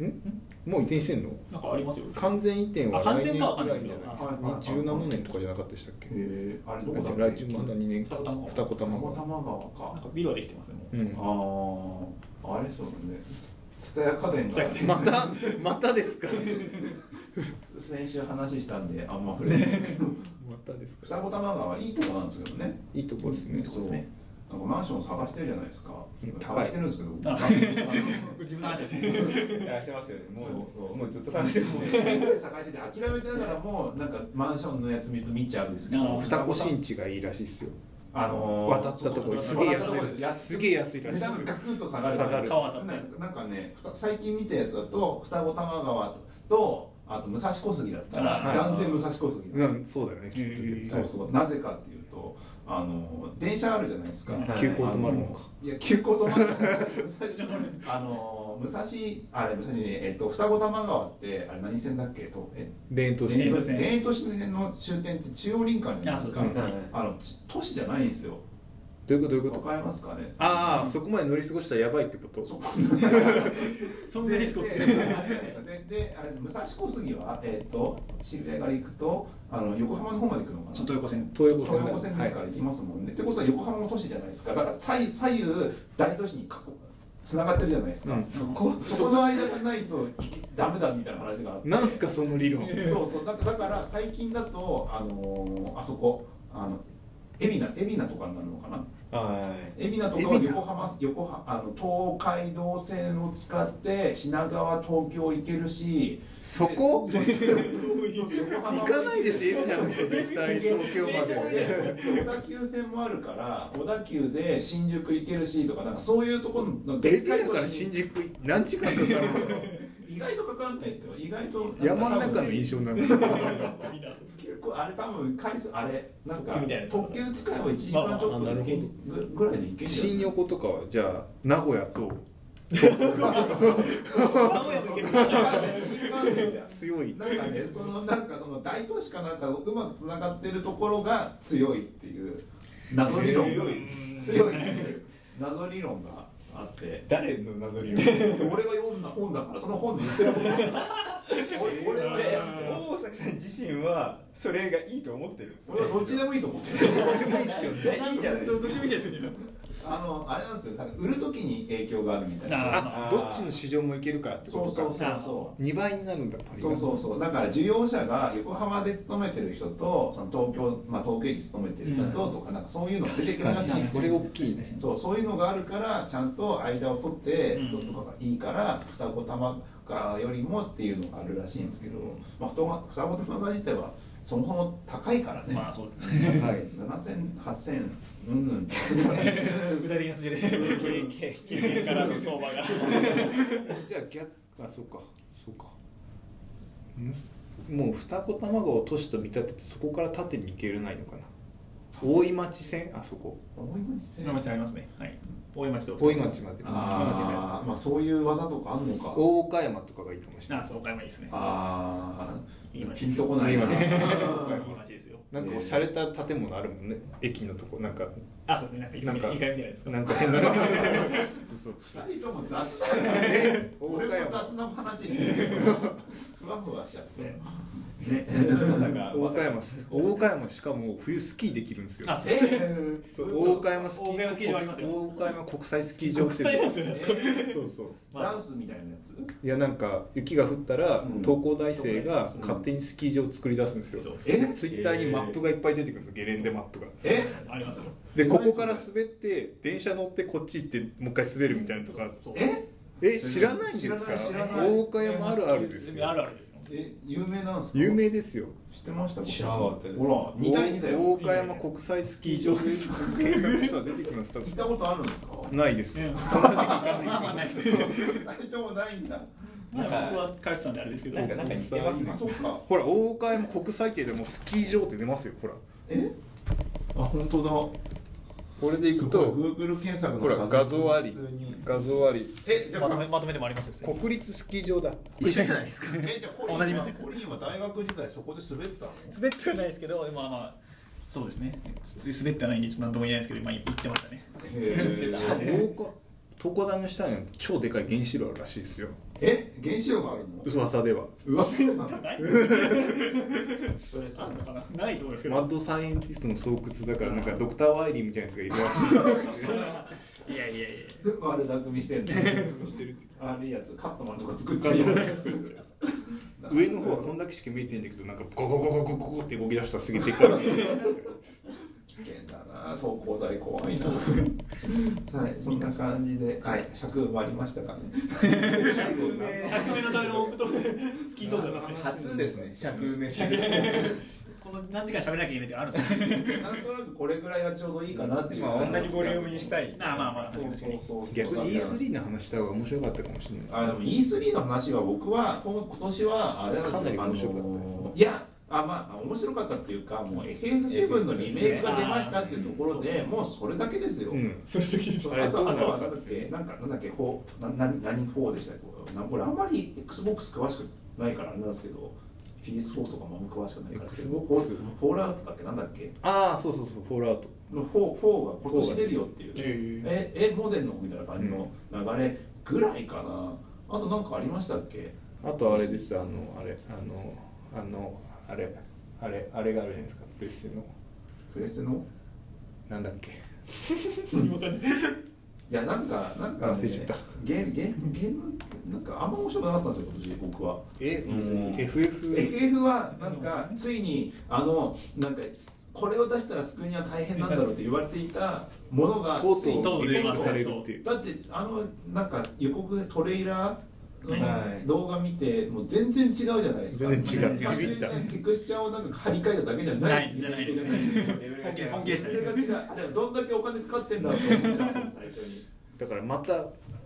[SPEAKER 5] うんもう移転してんの
[SPEAKER 3] なんかありますよ
[SPEAKER 5] 完全移転は
[SPEAKER 3] あ
[SPEAKER 5] 来
[SPEAKER 3] 完
[SPEAKER 5] 年
[SPEAKER 3] 全
[SPEAKER 5] ぐ
[SPEAKER 3] かはわからんない
[SPEAKER 5] い
[SPEAKER 3] けど
[SPEAKER 5] じゃないです
[SPEAKER 1] はいはいはい
[SPEAKER 5] か17年とかじゃなかったでしたっけ
[SPEAKER 1] えー、あれどこだっ
[SPEAKER 5] じゃ
[SPEAKER 1] け
[SPEAKER 5] あ来年まだ2年
[SPEAKER 3] 二
[SPEAKER 5] か
[SPEAKER 3] 子玉
[SPEAKER 5] 二子
[SPEAKER 1] 玉玉
[SPEAKER 5] 玉
[SPEAKER 1] 川
[SPEAKER 3] なん
[SPEAKER 1] か
[SPEAKER 3] かビルはできてますねもう、
[SPEAKER 5] うん
[SPEAKER 1] あああれそうだね蔦屋家電
[SPEAKER 3] 蔦
[SPEAKER 1] が
[SPEAKER 5] またまたですか
[SPEAKER 1] 先週話したんであんま触れない んですけど
[SPEAKER 5] またです
[SPEAKER 1] 二子玉川いいとこなんですけどね
[SPEAKER 5] いいとこですね
[SPEAKER 3] そうですね
[SPEAKER 1] なんかマンション探してるじゃないですか
[SPEAKER 5] うん高
[SPEAKER 1] 探
[SPEAKER 5] い
[SPEAKER 1] してるんですけど
[SPEAKER 3] あ自分の話ですね
[SPEAKER 4] 探してますよねもう
[SPEAKER 1] そうそう
[SPEAKER 4] もうずっと探してますね
[SPEAKER 1] 探してて諦めてながらもなんかマンションのやつ見ると見ちゃうんですけ
[SPEAKER 3] あ
[SPEAKER 1] ど
[SPEAKER 3] ー
[SPEAKER 5] 双子新地がいいらしいっすよ
[SPEAKER 1] あのー
[SPEAKER 5] 渡ったとこ
[SPEAKER 1] そ
[SPEAKER 5] す
[SPEAKER 1] う
[SPEAKER 5] げ
[SPEAKER 1] 渡
[SPEAKER 5] え
[SPEAKER 1] ったとこです
[SPEAKER 5] 安いすげえ安いらしいっ
[SPEAKER 1] 値
[SPEAKER 5] す
[SPEAKER 1] 段
[SPEAKER 5] よ
[SPEAKER 1] がガクッと下がる
[SPEAKER 5] 下がる
[SPEAKER 3] 川渡って
[SPEAKER 1] なんかなんかねふた最近見たやつだと双子玉川とあと武蔵小杉だったら
[SPEAKER 3] あはい
[SPEAKER 1] 断然武蔵小杉
[SPEAKER 5] うんそうだよねきっと
[SPEAKER 3] へー
[SPEAKER 1] そうそうなぜかっていうとあの電車あるじゃないですか、
[SPEAKER 3] はい
[SPEAKER 5] 急行止まるのか
[SPEAKER 1] いや急行止まる あの武蔵あれ武蔵ねえっと双子玉川ってあれ何線だっけとえ
[SPEAKER 5] 田園都
[SPEAKER 1] 田
[SPEAKER 5] 市
[SPEAKER 1] 園
[SPEAKER 3] 電
[SPEAKER 1] 都
[SPEAKER 3] 都
[SPEAKER 1] 市
[SPEAKER 3] 市
[SPEAKER 1] 田園都
[SPEAKER 3] 線
[SPEAKER 1] 市線の終点って中央林間じゃないですかあ
[SPEAKER 3] あそうです
[SPEAKER 4] ね
[SPEAKER 1] のち都市じゃないんですよ
[SPEAKER 5] どういうことどういう
[SPEAKER 1] わ
[SPEAKER 5] こと
[SPEAKER 1] かりますかね
[SPEAKER 5] ああそこまで乗り過ごしたらやばいってこと
[SPEAKER 1] そこ
[SPEAKER 3] そんなリスクを負って
[SPEAKER 1] ででであれ武蔵小杉はえっ、と渋谷から行くとあの横浜の方まで行くのかな
[SPEAKER 3] ちょっと横線
[SPEAKER 5] 東横
[SPEAKER 1] 東
[SPEAKER 5] 線
[SPEAKER 1] 横線
[SPEAKER 5] だ
[SPEAKER 1] ですから行きますもんね、ってことは横浜の都市じゃないですかだから左左右大都市につながってるじゃないですか、
[SPEAKER 5] うん
[SPEAKER 1] そこそこの間がないとダメだみたいな話があって
[SPEAKER 5] なんすかその理論
[SPEAKER 1] そうそうだだから最近だとあのーあそこあの海老名海老名とかになるのかな
[SPEAKER 4] はい
[SPEAKER 1] 海老名とかは横浜横浜あの東海道線を使って品川東京行けるし
[SPEAKER 5] そこ
[SPEAKER 1] でそう横浜
[SPEAKER 5] 行かないでしょ、エビナの人絶対東京まで。
[SPEAKER 1] 小田急線もあるから小田急で新宿行けるしとかなんかそういうところの
[SPEAKER 5] エ
[SPEAKER 1] でっ
[SPEAKER 5] ビ
[SPEAKER 1] かい
[SPEAKER 5] ナ
[SPEAKER 1] 都
[SPEAKER 5] から
[SPEAKER 1] 市
[SPEAKER 5] 新
[SPEAKER 1] に
[SPEAKER 5] 宿何時間かかるんです か
[SPEAKER 1] 意外とかかんないですよ意外と
[SPEAKER 5] 山の中の印象なんですよ。
[SPEAKER 1] 結構あれ多分回数あれなんか
[SPEAKER 3] 特急みたいなやつ
[SPEAKER 1] 特急使えば1時間ちょっと
[SPEAKER 5] まあまあ
[SPEAKER 1] で行けるぐぐらいで行ける
[SPEAKER 5] 新横とかはじゃあ名古屋と
[SPEAKER 3] 名古屋も行けるから
[SPEAKER 1] 新幹線じゃん
[SPEAKER 5] 強い。
[SPEAKER 1] なんかね、そのなんかその大都市かなんかうまくつながってるところが強いっていう謎理論
[SPEAKER 4] 強い
[SPEAKER 1] 強いっていう謎理論があって
[SPEAKER 4] 誰の謎に
[SPEAKER 1] そう俺が読んだ本だからその本で言ってること俺俺は
[SPEAKER 4] で大崎さん自身はそれがいいと思ってるんです
[SPEAKER 1] 俺はどっちでもいいと思ってる
[SPEAKER 4] じゃあいいじゃないですか
[SPEAKER 1] あのあれなんですよなんか売る時に影響があるみたいな
[SPEAKER 3] あ
[SPEAKER 5] あどっちの市場も行けるからってこ
[SPEAKER 1] そ
[SPEAKER 5] と
[SPEAKER 1] うそうそ
[SPEAKER 5] か。
[SPEAKER 1] うそう
[SPEAKER 5] 2倍になるんだパリが
[SPEAKER 1] そうそうそうだから需要者が横浜で勤めてる人とその東京、まあ、東京駅勤めてる人ととかなんかそういうのが出てくるらしいんです
[SPEAKER 5] そ
[SPEAKER 1] よ
[SPEAKER 5] れ大きいね。
[SPEAKER 1] そうそういうのがあるからちゃんと間を取って
[SPEAKER 3] うん
[SPEAKER 1] どっちかがいいから双子玉川よりもっていうのがあるらしいんですけど、まあ、双子双子玉川自体はそもそも高いからね、
[SPEAKER 3] まあそうですね
[SPEAKER 5] はい。
[SPEAKER 1] 7000、8000うんうんってするからね
[SPEAKER 3] 具体的な数字で経験からの相場が
[SPEAKER 5] じゃあ逆あそうかそうかんもう二子卵を都市と見立ててそこから縦に行けるないのかな大井町線あそこ
[SPEAKER 1] 思います
[SPEAKER 3] 大井町ありますねはい大井町と
[SPEAKER 5] 大井町まで
[SPEAKER 1] ああまあそういう技とかあんのか
[SPEAKER 5] 大岡山とかがいいかもしれ
[SPEAKER 3] あ
[SPEAKER 5] な
[SPEAKER 3] あそう岡山いいですね
[SPEAKER 1] あ
[SPEAKER 3] いい
[SPEAKER 1] あ
[SPEAKER 3] 街
[SPEAKER 1] ピンとこないな
[SPEAKER 3] いい街ですよ
[SPEAKER 5] いなんかおしゃれた建物あるもんね駅のとこなんか
[SPEAKER 3] あそうですねなんかいい
[SPEAKER 5] なんか
[SPEAKER 3] いい感じじゃないですか
[SPEAKER 5] なんか変なそうそう
[SPEAKER 1] 二人とも雑だね
[SPEAKER 5] え
[SPEAKER 1] 俺
[SPEAKER 5] 大
[SPEAKER 1] も
[SPEAKER 5] 岡山
[SPEAKER 1] 雑な話してるふわふわしちゃってね
[SPEAKER 4] まさか
[SPEAKER 5] 大岡山大岡山しかも冬スキーできるんですよ
[SPEAKER 3] あそう
[SPEAKER 1] え
[SPEAKER 5] そう大岡山スキ
[SPEAKER 3] 大岡山スキー場あります
[SPEAKER 5] ー
[SPEAKER 3] よ
[SPEAKER 5] 大岡山国際スキー場
[SPEAKER 3] 国
[SPEAKER 5] って
[SPEAKER 3] 際なんですよね
[SPEAKER 5] そうそう
[SPEAKER 1] ザウスみたいなやつ
[SPEAKER 5] いやなんか雪が降ったら
[SPEAKER 1] うん
[SPEAKER 5] 東工大生が勝手にスキー場を作り出すんです
[SPEAKER 3] そう
[SPEAKER 5] よ、
[SPEAKER 1] え
[SPEAKER 5] でツイッターにマップがいっぱい出てくるんですよゲレンデマップが
[SPEAKER 1] え
[SPEAKER 3] ありますよ
[SPEAKER 5] でここから滑って電車乗ってこっち行ってもう一回滑るみたいなとか
[SPEAKER 3] そう
[SPEAKER 1] え
[SPEAKER 5] え知らないんですか
[SPEAKER 1] 知らない知らない
[SPEAKER 5] 大岡山あるあるです
[SPEAKER 3] あ
[SPEAKER 5] よ
[SPEAKER 3] るあるですよ
[SPEAKER 1] え有名なんですか
[SPEAKER 5] 有名ですよ
[SPEAKER 1] 知ってました
[SPEAKER 4] 知らなかったです
[SPEAKER 1] ほら2対2だ
[SPEAKER 5] 大
[SPEAKER 1] よ
[SPEAKER 5] 岡山国際スキー場で検索したら出てきます多
[SPEAKER 1] 行っ
[SPEAKER 5] 分
[SPEAKER 1] たことあるんですか
[SPEAKER 5] ないです
[SPEAKER 3] うん
[SPEAKER 5] そんな時期行かないです
[SPEAKER 3] わかんないですよ
[SPEAKER 1] 2人ともないんだ
[SPEAKER 3] まあ僕は返してたんであれですけど
[SPEAKER 4] なんかなんか似てますね
[SPEAKER 1] あそっか
[SPEAKER 5] ほら大岡山国際系でもうスキー場って出ますよほら
[SPEAKER 1] えあ本当
[SPEAKER 5] これで
[SPEAKER 1] だ
[SPEAKER 5] 行
[SPEAKER 1] す
[SPEAKER 5] く
[SPEAKER 1] ごい
[SPEAKER 5] と
[SPEAKER 1] Google 検索の
[SPEAKER 5] ほら画像あり
[SPEAKER 1] 普通に
[SPEAKER 5] 画像あり
[SPEAKER 1] えじゃ
[SPEAKER 3] まと
[SPEAKER 1] あ
[SPEAKER 3] めまとめでもありますよ普通に
[SPEAKER 5] 国立スキー場だ
[SPEAKER 3] 一緒じゃないですか
[SPEAKER 1] えじゃあコリン
[SPEAKER 3] 同じみ
[SPEAKER 1] は
[SPEAKER 3] たい
[SPEAKER 1] コリンは大学時代そこで滑ってたの
[SPEAKER 3] 滑ってはないですけどでもまあまあそうですね滑ってはないんでちょっと何とも言えないですけど今言ってましたね
[SPEAKER 1] へ
[SPEAKER 5] しかも東工東工大の下には超でかい原子炉あるらしいですよ
[SPEAKER 1] え原子炉があるの
[SPEAKER 5] 噂では
[SPEAKER 1] うわそうなの
[SPEAKER 3] ない
[SPEAKER 1] それ
[SPEAKER 3] あ
[SPEAKER 1] さ
[SPEAKER 3] るのかなないと思いますけ
[SPEAKER 5] マ
[SPEAKER 3] ど
[SPEAKER 5] ッドサイエンティストの巣窟だからなんかドクター・ワイリーみたいなやつがいるら
[SPEAKER 3] いやいやいや
[SPEAKER 1] あれだくみしてんの
[SPEAKER 5] しい
[SPEAKER 1] あれいいやつカットマンとか作っ
[SPEAKER 5] カ
[SPEAKER 1] ちゃう
[SPEAKER 5] ットマン上の方はこんだけしか見えてないんだけどなんかゴゴゴゴゴゴゴって動き出したらすげえでっかい
[SPEAKER 1] 危険だな東工大怖いなはいそんな感じではい尺埋まりましたかね
[SPEAKER 3] 100名のためのオープトスキートークだからね
[SPEAKER 4] 初ですね尺埋めする
[SPEAKER 3] この何時間喋らなきゃいけないってあるんですね
[SPEAKER 1] なんとなくこれぐらいがちょうどいいかなっていう
[SPEAKER 4] まあ同じボリュームにしたい
[SPEAKER 3] まあまあまあ
[SPEAKER 1] そうそうそうそう
[SPEAKER 5] 逆に E3 の話した方が面白かったかもしれないですね
[SPEAKER 1] あでも E3 の話は僕はこ今年はあれなんですよ
[SPEAKER 5] かなり面白かったですね
[SPEAKER 1] あのいやあまあ面白かったっていうかもう FF7 のリメイクが出ましたっていうところでもうそれだけですよ、
[SPEAKER 5] うん
[SPEAKER 4] それだけ
[SPEAKER 1] そう
[SPEAKER 5] あれ
[SPEAKER 1] あ
[SPEAKER 5] ど
[SPEAKER 1] と
[SPEAKER 5] うな
[SPEAKER 1] あ
[SPEAKER 5] るか
[SPEAKER 1] とはなんだっけなんかなんだっけほうな何何4でしたっけなんこれあんまり XBOX 詳しくないからあれなんですけど PS4 とかもあんま詳しくないから
[SPEAKER 5] Xbox
[SPEAKER 1] フォーフォールアウトだっけなんだっけ
[SPEAKER 5] ああそうそうそうフォールアウト
[SPEAKER 1] の 4, 4が今年出るよっていう、
[SPEAKER 5] 4が
[SPEAKER 1] ええモデルのみたいな感じの流れぐらいかなあとなんかありましたっけ
[SPEAKER 5] あとあれですあのあれあのあのあれあれあれがあるじゃないですかプレステの
[SPEAKER 1] プレステの
[SPEAKER 5] なんだっけ
[SPEAKER 1] いやなんかなんか、
[SPEAKER 5] 忘れちゃった
[SPEAKER 1] ゲームゲームゲームなんかあんま面白くなかったんですよ今年僕は
[SPEAKER 5] え
[SPEAKER 1] うん
[SPEAKER 5] FF
[SPEAKER 1] FF はなんかついにあのなんかこれを出したら救うには大変なんだろうって言われていたものが
[SPEAKER 5] とう
[SPEAKER 1] ついに
[SPEAKER 3] と
[SPEAKER 5] とう
[SPEAKER 3] う
[SPEAKER 5] リ
[SPEAKER 3] 出
[SPEAKER 5] メイ
[SPEAKER 3] ま
[SPEAKER 5] ク
[SPEAKER 3] す
[SPEAKER 5] されるっていう
[SPEAKER 1] だってあのなんか予告でトレーラー
[SPEAKER 4] は
[SPEAKER 1] の
[SPEAKER 4] い
[SPEAKER 1] 動画見てもう全然違うじゃないですか
[SPEAKER 5] 全然
[SPEAKER 3] 違う
[SPEAKER 1] 単純にね
[SPEAKER 5] ビビった
[SPEAKER 1] テクスチャーをなんか張り替えただけじゃない
[SPEAKER 3] ないじゃないですね
[SPEAKER 4] レベルが違いま
[SPEAKER 3] 本
[SPEAKER 4] す
[SPEAKER 3] 気でした
[SPEAKER 1] それが違うあれはどんだけお金かかってんだろうと思っちゃう最初に
[SPEAKER 5] だからまた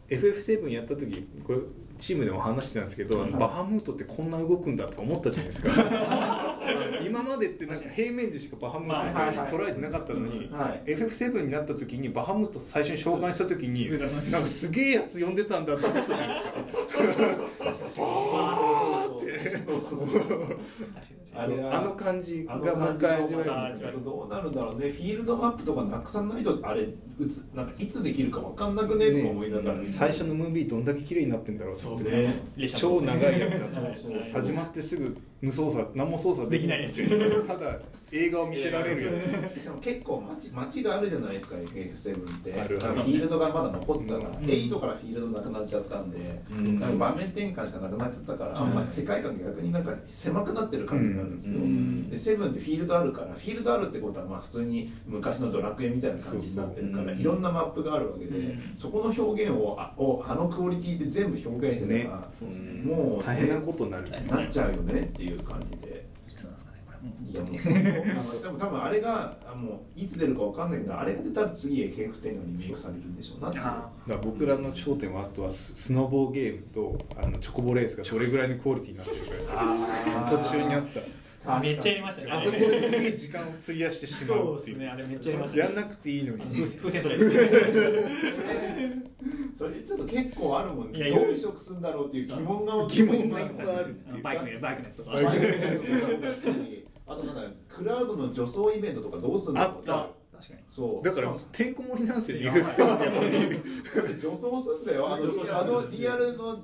[SPEAKER 5] FF7 やった時これチームでも話してたんですけど、
[SPEAKER 1] はい
[SPEAKER 5] バハムートってこんな動くんだとか思ったじゃないですか 今までってなんか平面でしかバハムート
[SPEAKER 1] まあはい
[SPEAKER 5] っ
[SPEAKER 1] はい
[SPEAKER 5] て捉えてなかったのに、
[SPEAKER 1] はい
[SPEAKER 5] FF7 になった時にバハムート最初に召喚した時に
[SPEAKER 3] 上からね
[SPEAKER 5] なんかすげえやつ呼んでたんだと思ったじゃないですか
[SPEAKER 1] あ
[SPEAKER 5] そ
[SPEAKER 1] れ
[SPEAKER 5] う
[SPEAKER 1] は
[SPEAKER 5] あの感じが
[SPEAKER 1] あの
[SPEAKER 5] もう一回味わえる
[SPEAKER 3] 感じ
[SPEAKER 1] どうなるんだろうねフィールドマップとかなくさないとあれ打つなんかいつできるか分かんなくねと思いながら、
[SPEAKER 5] ね最初のムービーどんだけ綺麗になってんだろうと思って
[SPEAKER 1] ね
[SPEAKER 3] 列車の
[SPEAKER 5] 超
[SPEAKER 3] 音
[SPEAKER 5] 長いやつだと
[SPEAKER 1] そうそうそう
[SPEAKER 5] 始まってすぐ無操作何も操作できない
[SPEAKER 3] できないや
[SPEAKER 5] ただ映画を見せられるやつ
[SPEAKER 1] しかも結構街街があるじゃないですか FF7 って
[SPEAKER 5] あるある
[SPEAKER 1] なんかフィールドがまだ残ってたから、
[SPEAKER 5] うん
[SPEAKER 1] 8からフィールドなくなっちゃったんで、
[SPEAKER 5] うん
[SPEAKER 1] なんか場面転換しかなくなっちゃったから、あんまり世界観が逆になんか狭くなってる感じになるんですよ、
[SPEAKER 4] うん
[SPEAKER 1] で7ってフィールドあるからフィールドあるってことはまあ普通に昔のドラクエみたいな感じになってるから
[SPEAKER 5] そうそう
[SPEAKER 1] いろんなマップがあるわけで、
[SPEAKER 3] うん
[SPEAKER 1] そこの表現をあをあのクオリティで全部表現してたら、
[SPEAKER 5] ね
[SPEAKER 1] うんもう
[SPEAKER 5] 大変なことになる
[SPEAKER 1] なっちゃうよねっていう感じで。
[SPEAKER 3] いつなんですかねこれも
[SPEAKER 1] いやもう でも多分あれがあもういつ出るかわかんないけどあれが出たら次 FF10 がリメイクされるんでしょうなっていう
[SPEAKER 3] あ
[SPEAKER 5] だから僕らの焦点はあとはススノボーゲームとあのチョコボレースがどれぐらいのクオリティになってるかです途中にあった
[SPEAKER 3] ーめっちゃやりましたね
[SPEAKER 5] あそこですげえ時間を費やしてしま
[SPEAKER 3] そう
[SPEAKER 5] う
[SPEAKER 3] で
[SPEAKER 5] ってい
[SPEAKER 3] す
[SPEAKER 5] う
[SPEAKER 3] ねあれめっちゃやりました
[SPEAKER 5] や
[SPEAKER 3] ね
[SPEAKER 5] んなくていいのに
[SPEAKER 3] 風船風船取れ
[SPEAKER 1] それちょっと結構あるもん
[SPEAKER 3] いや
[SPEAKER 1] ねどう移植するんだろうっていう疑問が
[SPEAKER 5] 疑問がいっぱいあるっていう
[SPEAKER 3] バイクねバイクねとか
[SPEAKER 5] バイクね
[SPEAKER 1] あとなんだクラウドの女装イベントとかどうするんだろうって
[SPEAKER 5] あった
[SPEAKER 3] 確かに
[SPEAKER 1] そう
[SPEAKER 5] だからてんこ盛りなんですよね
[SPEAKER 1] 女装すんだよあ
[SPEAKER 3] すごい
[SPEAKER 1] のあのリアルの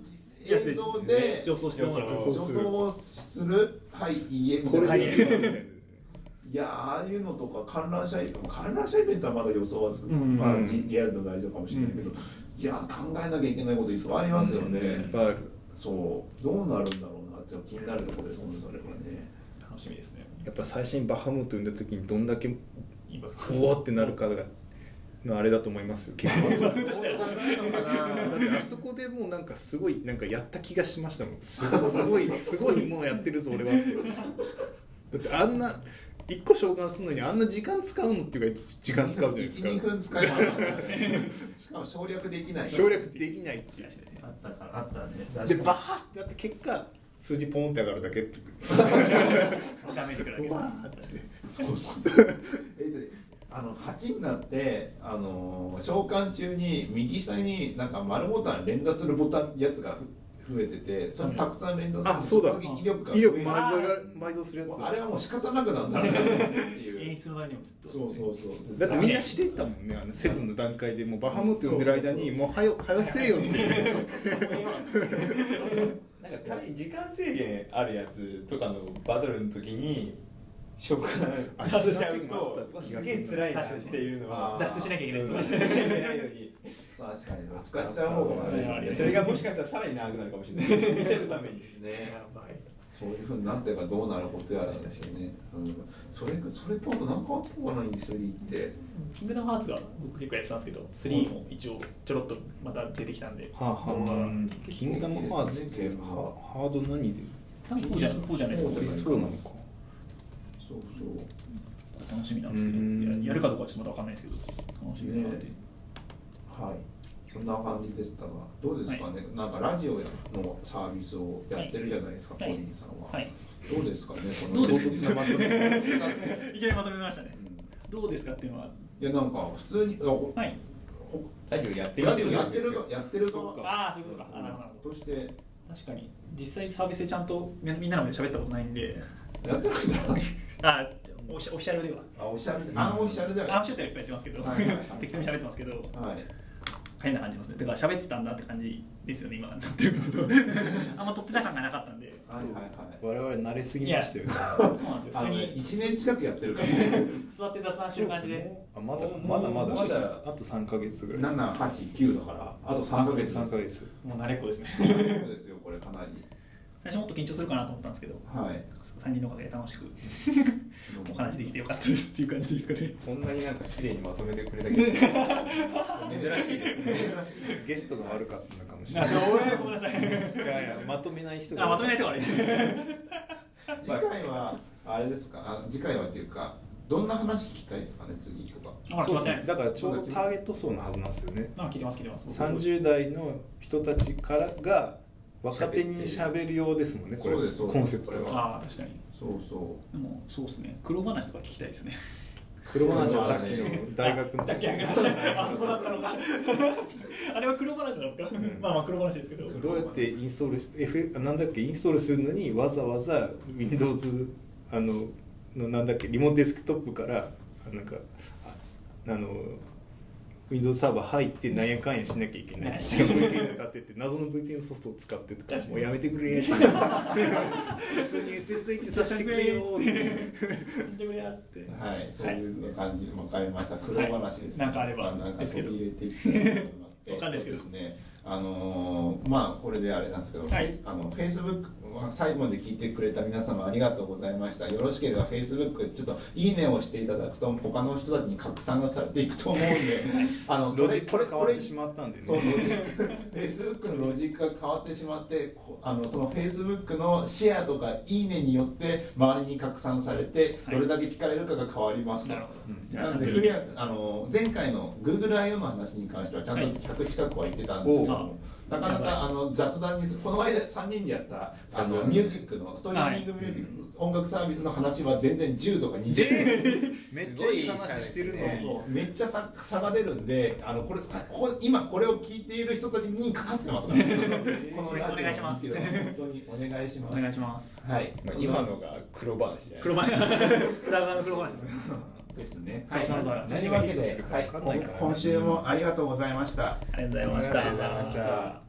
[SPEAKER 1] 映像で
[SPEAKER 3] 上層してもらう
[SPEAKER 5] 上
[SPEAKER 1] 女
[SPEAKER 5] 層
[SPEAKER 1] 装をするはいいいえみた
[SPEAKER 5] こ
[SPEAKER 1] い
[SPEAKER 5] れ
[SPEAKER 1] な
[SPEAKER 5] でいいわみたいない
[SPEAKER 1] やーああいうのとか観覧車イベント観覧車イベントはまだ予想はつく、
[SPEAKER 3] うん
[SPEAKER 1] まあ、じやるの大丈夫かもしれないけど、いやー考えなきゃいけないこといっぱいありますよね
[SPEAKER 5] いっぱいある
[SPEAKER 1] そうどうなるんだろうなって気になるところですねそれはね
[SPEAKER 3] 楽しみですね
[SPEAKER 5] やっぱ最初にバハムート産んだ時にどんだけ
[SPEAKER 3] 今
[SPEAKER 5] おおってなるかがのあれだと思いますよ結構だってあそこでもうなんかすごいなんかやった気がしましたもんすすごいすごいもうやってるぞ俺はってだってあんな一個召喚するのにあんな時間使うのっていうか時間使うじゃないですか
[SPEAKER 1] 12分使いますしかも省略できない
[SPEAKER 5] 省略できないっていう
[SPEAKER 1] あったからあったね確か
[SPEAKER 5] で
[SPEAKER 1] に
[SPEAKER 5] バーってだって結果数字ポンって上がるだけって
[SPEAKER 3] ダメージくらいです
[SPEAKER 5] うわーって
[SPEAKER 1] そうそうえであの8になって、あのー召喚中に右下になんか丸ボタン連打するボタンやつがふ増えててそれたくさん連打する
[SPEAKER 5] あそうだ
[SPEAKER 1] その時威力が
[SPEAKER 5] 威力
[SPEAKER 1] も
[SPEAKER 5] 倍増が倍増するやつ
[SPEAKER 1] うあれはもう仕方なくなんだろうなってい
[SPEAKER 3] 演
[SPEAKER 1] う
[SPEAKER 3] 出の内容もずっと
[SPEAKER 1] そうそうそう
[SPEAKER 5] だってみんなしてったもんねあのセブンの段階でもうバハムート呼んでる間にもうはよはよせよ って
[SPEAKER 4] なんかたまに時間制限あるやつとかのバトルの時に召喚外しちゃうとわすげえ辛いなっていうの は
[SPEAKER 3] 脱出しなきゃいけない
[SPEAKER 4] うん
[SPEAKER 3] で
[SPEAKER 4] 脱
[SPEAKER 3] す
[SPEAKER 4] 出し
[SPEAKER 3] ね
[SPEAKER 4] なきゃいけないのに
[SPEAKER 1] 確かに使っちゃう方が悪いよ
[SPEAKER 3] あ
[SPEAKER 1] ね
[SPEAKER 3] れ
[SPEAKER 4] それがもしかしたらさらに長くなるかもしれない見せるために
[SPEAKER 1] ねそういうふうになってからどうなることやらですよね、うん、それそれとあとなんかあったのかなインスリーって
[SPEAKER 3] キングダムハーツが僕結構やってたんですけど3も一応ちょろっとまた出てきたんで
[SPEAKER 5] はあはあキングダムハーツってハハード何で
[SPEAKER 3] 多分こうじゃこうじゃないですか
[SPEAKER 1] そうです
[SPEAKER 5] そうなのか
[SPEAKER 1] そうそう
[SPEAKER 3] 楽しみなんですけ
[SPEAKER 5] うん
[SPEAKER 3] どややるかどうかはちょっとまだわかんないですけど楽しみだなっていう
[SPEAKER 1] ねはい、そんな感じでしたが、どうですかね、なんかラジオのサービスをやってるじゃないですか、
[SPEAKER 3] はい
[SPEAKER 1] ポリンさんは、
[SPEAKER 3] はい
[SPEAKER 1] どうですかね、こ
[SPEAKER 3] どうです
[SPEAKER 1] 唐突なまとめうん
[SPEAKER 3] いきなりまとめましたねどうですかっていうのはい
[SPEAKER 1] や、なんか普通に、あお
[SPEAKER 3] はい
[SPEAKER 1] ほ
[SPEAKER 4] ラジオやって
[SPEAKER 1] や
[SPEAKER 4] る
[SPEAKER 1] ってる
[SPEAKER 4] や
[SPEAKER 1] や
[SPEAKER 4] っ
[SPEAKER 1] ってて
[SPEAKER 4] る
[SPEAKER 1] るやってる
[SPEAKER 5] そう
[SPEAKER 1] 側
[SPEAKER 5] か
[SPEAKER 3] ああそういうことかあなるほどなるほ
[SPEAKER 1] として、
[SPEAKER 3] ど確かに実際サービスでちゃんとみみんなの前で喋ったことないんで
[SPEAKER 1] やってないんだ、
[SPEAKER 3] あーオフィシャオフィシャルでは
[SPEAKER 1] あオフィシャルで、アンオフィシャルで
[SPEAKER 3] アン
[SPEAKER 1] は、
[SPEAKER 3] シュートはいっぱいやってますけど
[SPEAKER 1] はいはいはい
[SPEAKER 3] 適当に喋ってますけど
[SPEAKER 1] はい、
[SPEAKER 3] 変な感じますねだから喋ってたんだって感じですよね今 撮ってることあんま撮ってた感がなかったんで
[SPEAKER 1] はいはいはい。
[SPEAKER 5] 我々慣れすぎましたよね
[SPEAKER 3] そうなんですよ
[SPEAKER 1] あ
[SPEAKER 3] 普
[SPEAKER 1] の
[SPEAKER 3] 通
[SPEAKER 1] ね、
[SPEAKER 3] に
[SPEAKER 1] 1年近くやってるから、
[SPEAKER 3] 座って雑談してる感じで
[SPEAKER 5] あまだまだまだ
[SPEAKER 1] まだ
[SPEAKER 5] あと3か月ぐらい
[SPEAKER 1] 7、8、9だから、あと3ヶ月
[SPEAKER 5] 3か月
[SPEAKER 3] もう慣れっこですね
[SPEAKER 1] そうですよ、これかなり。
[SPEAKER 3] 最初もっと緊張するかなと思ったんですけど
[SPEAKER 1] はい。
[SPEAKER 3] 3人のおかげで楽しくお話できてよかったですっていう感じでいいですかね。
[SPEAKER 4] こんなになんか綺麗にまとめてくれたけど珍しいですね
[SPEAKER 5] ゲストが悪かったのかもしれ
[SPEAKER 3] あ、
[SPEAKER 5] ない
[SPEAKER 3] そう、俺、ごめんなさい。
[SPEAKER 5] いやいやまとめない人が
[SPEAKER 3] あ、まとめないとこあれ。
[SPEAKER 1] 次回はあれですかあ次回はっていうかどんな話聞きたいですかね次とか
[SPEAKER 3] ほら、決
[SPEAKER 5] そう
[SPEAKER 3] まってない
[SPEAKER 5] ですね
[SPEAKER 3] です。
[SPEAKER 5] だからちょうどターゲット層のはずなんですよね
[SPEAKER 3] あ、聞いてます、聞いてます。
[SPEAKER 5] 30代の人たちからが若手にしゃべるようですもんねこれ
[SPEAKER 1] そうですそうです
[SPEAKER 5] コンセプト
[SPEAKER 1] これ
[SPEAKER 5] は
[SPEAKER 1] は
[SPEAKER 3] ああ、確かに。
[SPEAKER 1] そうそう
[SPEAKER 3] でも、そうですね。苦労話とか聞きたいですね。
[SPEAKER 5] 黒話はさっきの大学の
[SPEAKER 3] だっけああそこだったのか。あれは黒話なんですか。
[SPEAKER 5] ん
[SPEAKER 3] まあまあ、黒話ですけど。
[SPEAKER 5] どうやってインストールし F あなんだっけインストールするのにわざわざ Windows あののなんだっけリモートデスクトップからあなんかああの Windows サーバー入ってなんやかんやしなきゃいけな
[SPEAKER 3] ね
[SPEAKER 5] いしかも VPN 立ってて謎の VPN ソフトを使ってとか
[SPEAKER 3] 確かに
[SPEAKER 5] もうやめてくれって普通に SSH させてくれよって
[SPEAKER 3] でもやって。
[SPEAKER 1] はいそういう感じで分かりました黒話です、
[SPEAKER 3] はいなんかあれば
[SPEAKER 1] まなんか
[SPEAKER 3] ですけど
[SPEAKER 1] 取り入れていきたいと思います
[SPEAKER 3] わかんないですけど
[SPEAKER 1] えっとねあのーまあこれであれなんですけど、
[SPEAKER 3] は
[SPEAKER 1] フ
[SPEAKER 3] い
[SPEAKER 1] ェイスあの Facebook は最後まで聞いてくれた皆様ありがとうございましたよろしければ Facebook ちょっといいねをしていただくと他の人たちに拡散がされていくと思うんであの
[SPEAKER 5] ロジック
[SPEAKER 1] これ
[SPEAKER 5] 変わってしまったんでね
[SPEAKER 1] そう、フェイスブックのロジックが変わってしまって、こあのそのフェイスブックのシェアとかいいねによって周りに拡散されて、
[SPEAKER 3] はい
[SPEAKER 1] どれだけ聞かれるかが変わりますと。
[SPEAKER 3] なるほど。じゃあ、
[SPEAKER 1] な
[SPEAKER 3] ちゃ
[SPEAKER 1] の
[SPEAKER 3] ん
[SPEAKER 1] で
[SPEAKER 3] といい
[SPEAKER 1] クリアあの前回の GoogleIO の話に関してはちゃんと100近くは言ってたんですけども、なかなかあの雑談にこの間3人でやったあのミュージックのストリーミングミュージック、音楽サービスの話は全然10とか20
[SPEAKER 5] めっちゃいい話してるの
[SPEAKER 1] そう
[SPEAKER 5] に
[SPEAKER 1] そうめっちゃ差差が出るんであのこれここ今これを聞いている人たちにかかってます から、このラジオ
[SPEAKER 3] お願いします
[SPEAKER 1] 本当にお願いしま
[SPEAKER 3] お
[SPEAKER 1] す
[SPEAKER 3] 願いします。
[SPEAKER 1] はい、
[SPEAKER 4] まあ今のが黒話じゃない
[SPEAKER 3] 黒話。裏側の黒話ですね。
[SPEAKER 1] ですねはい
[SPEAKER 3] そうそう
[SPEAKER 1] というわけで、
[SPEAKER 5] 何がヒットするか
[SPEAKER 1] はい
[SPEAKER 5] 分かんないからね
[SPEAKER 1] 今週もありがとうございました、
[SPEAKER 3] ありがとうございました。
[SPEAKER 4] ありがとうございました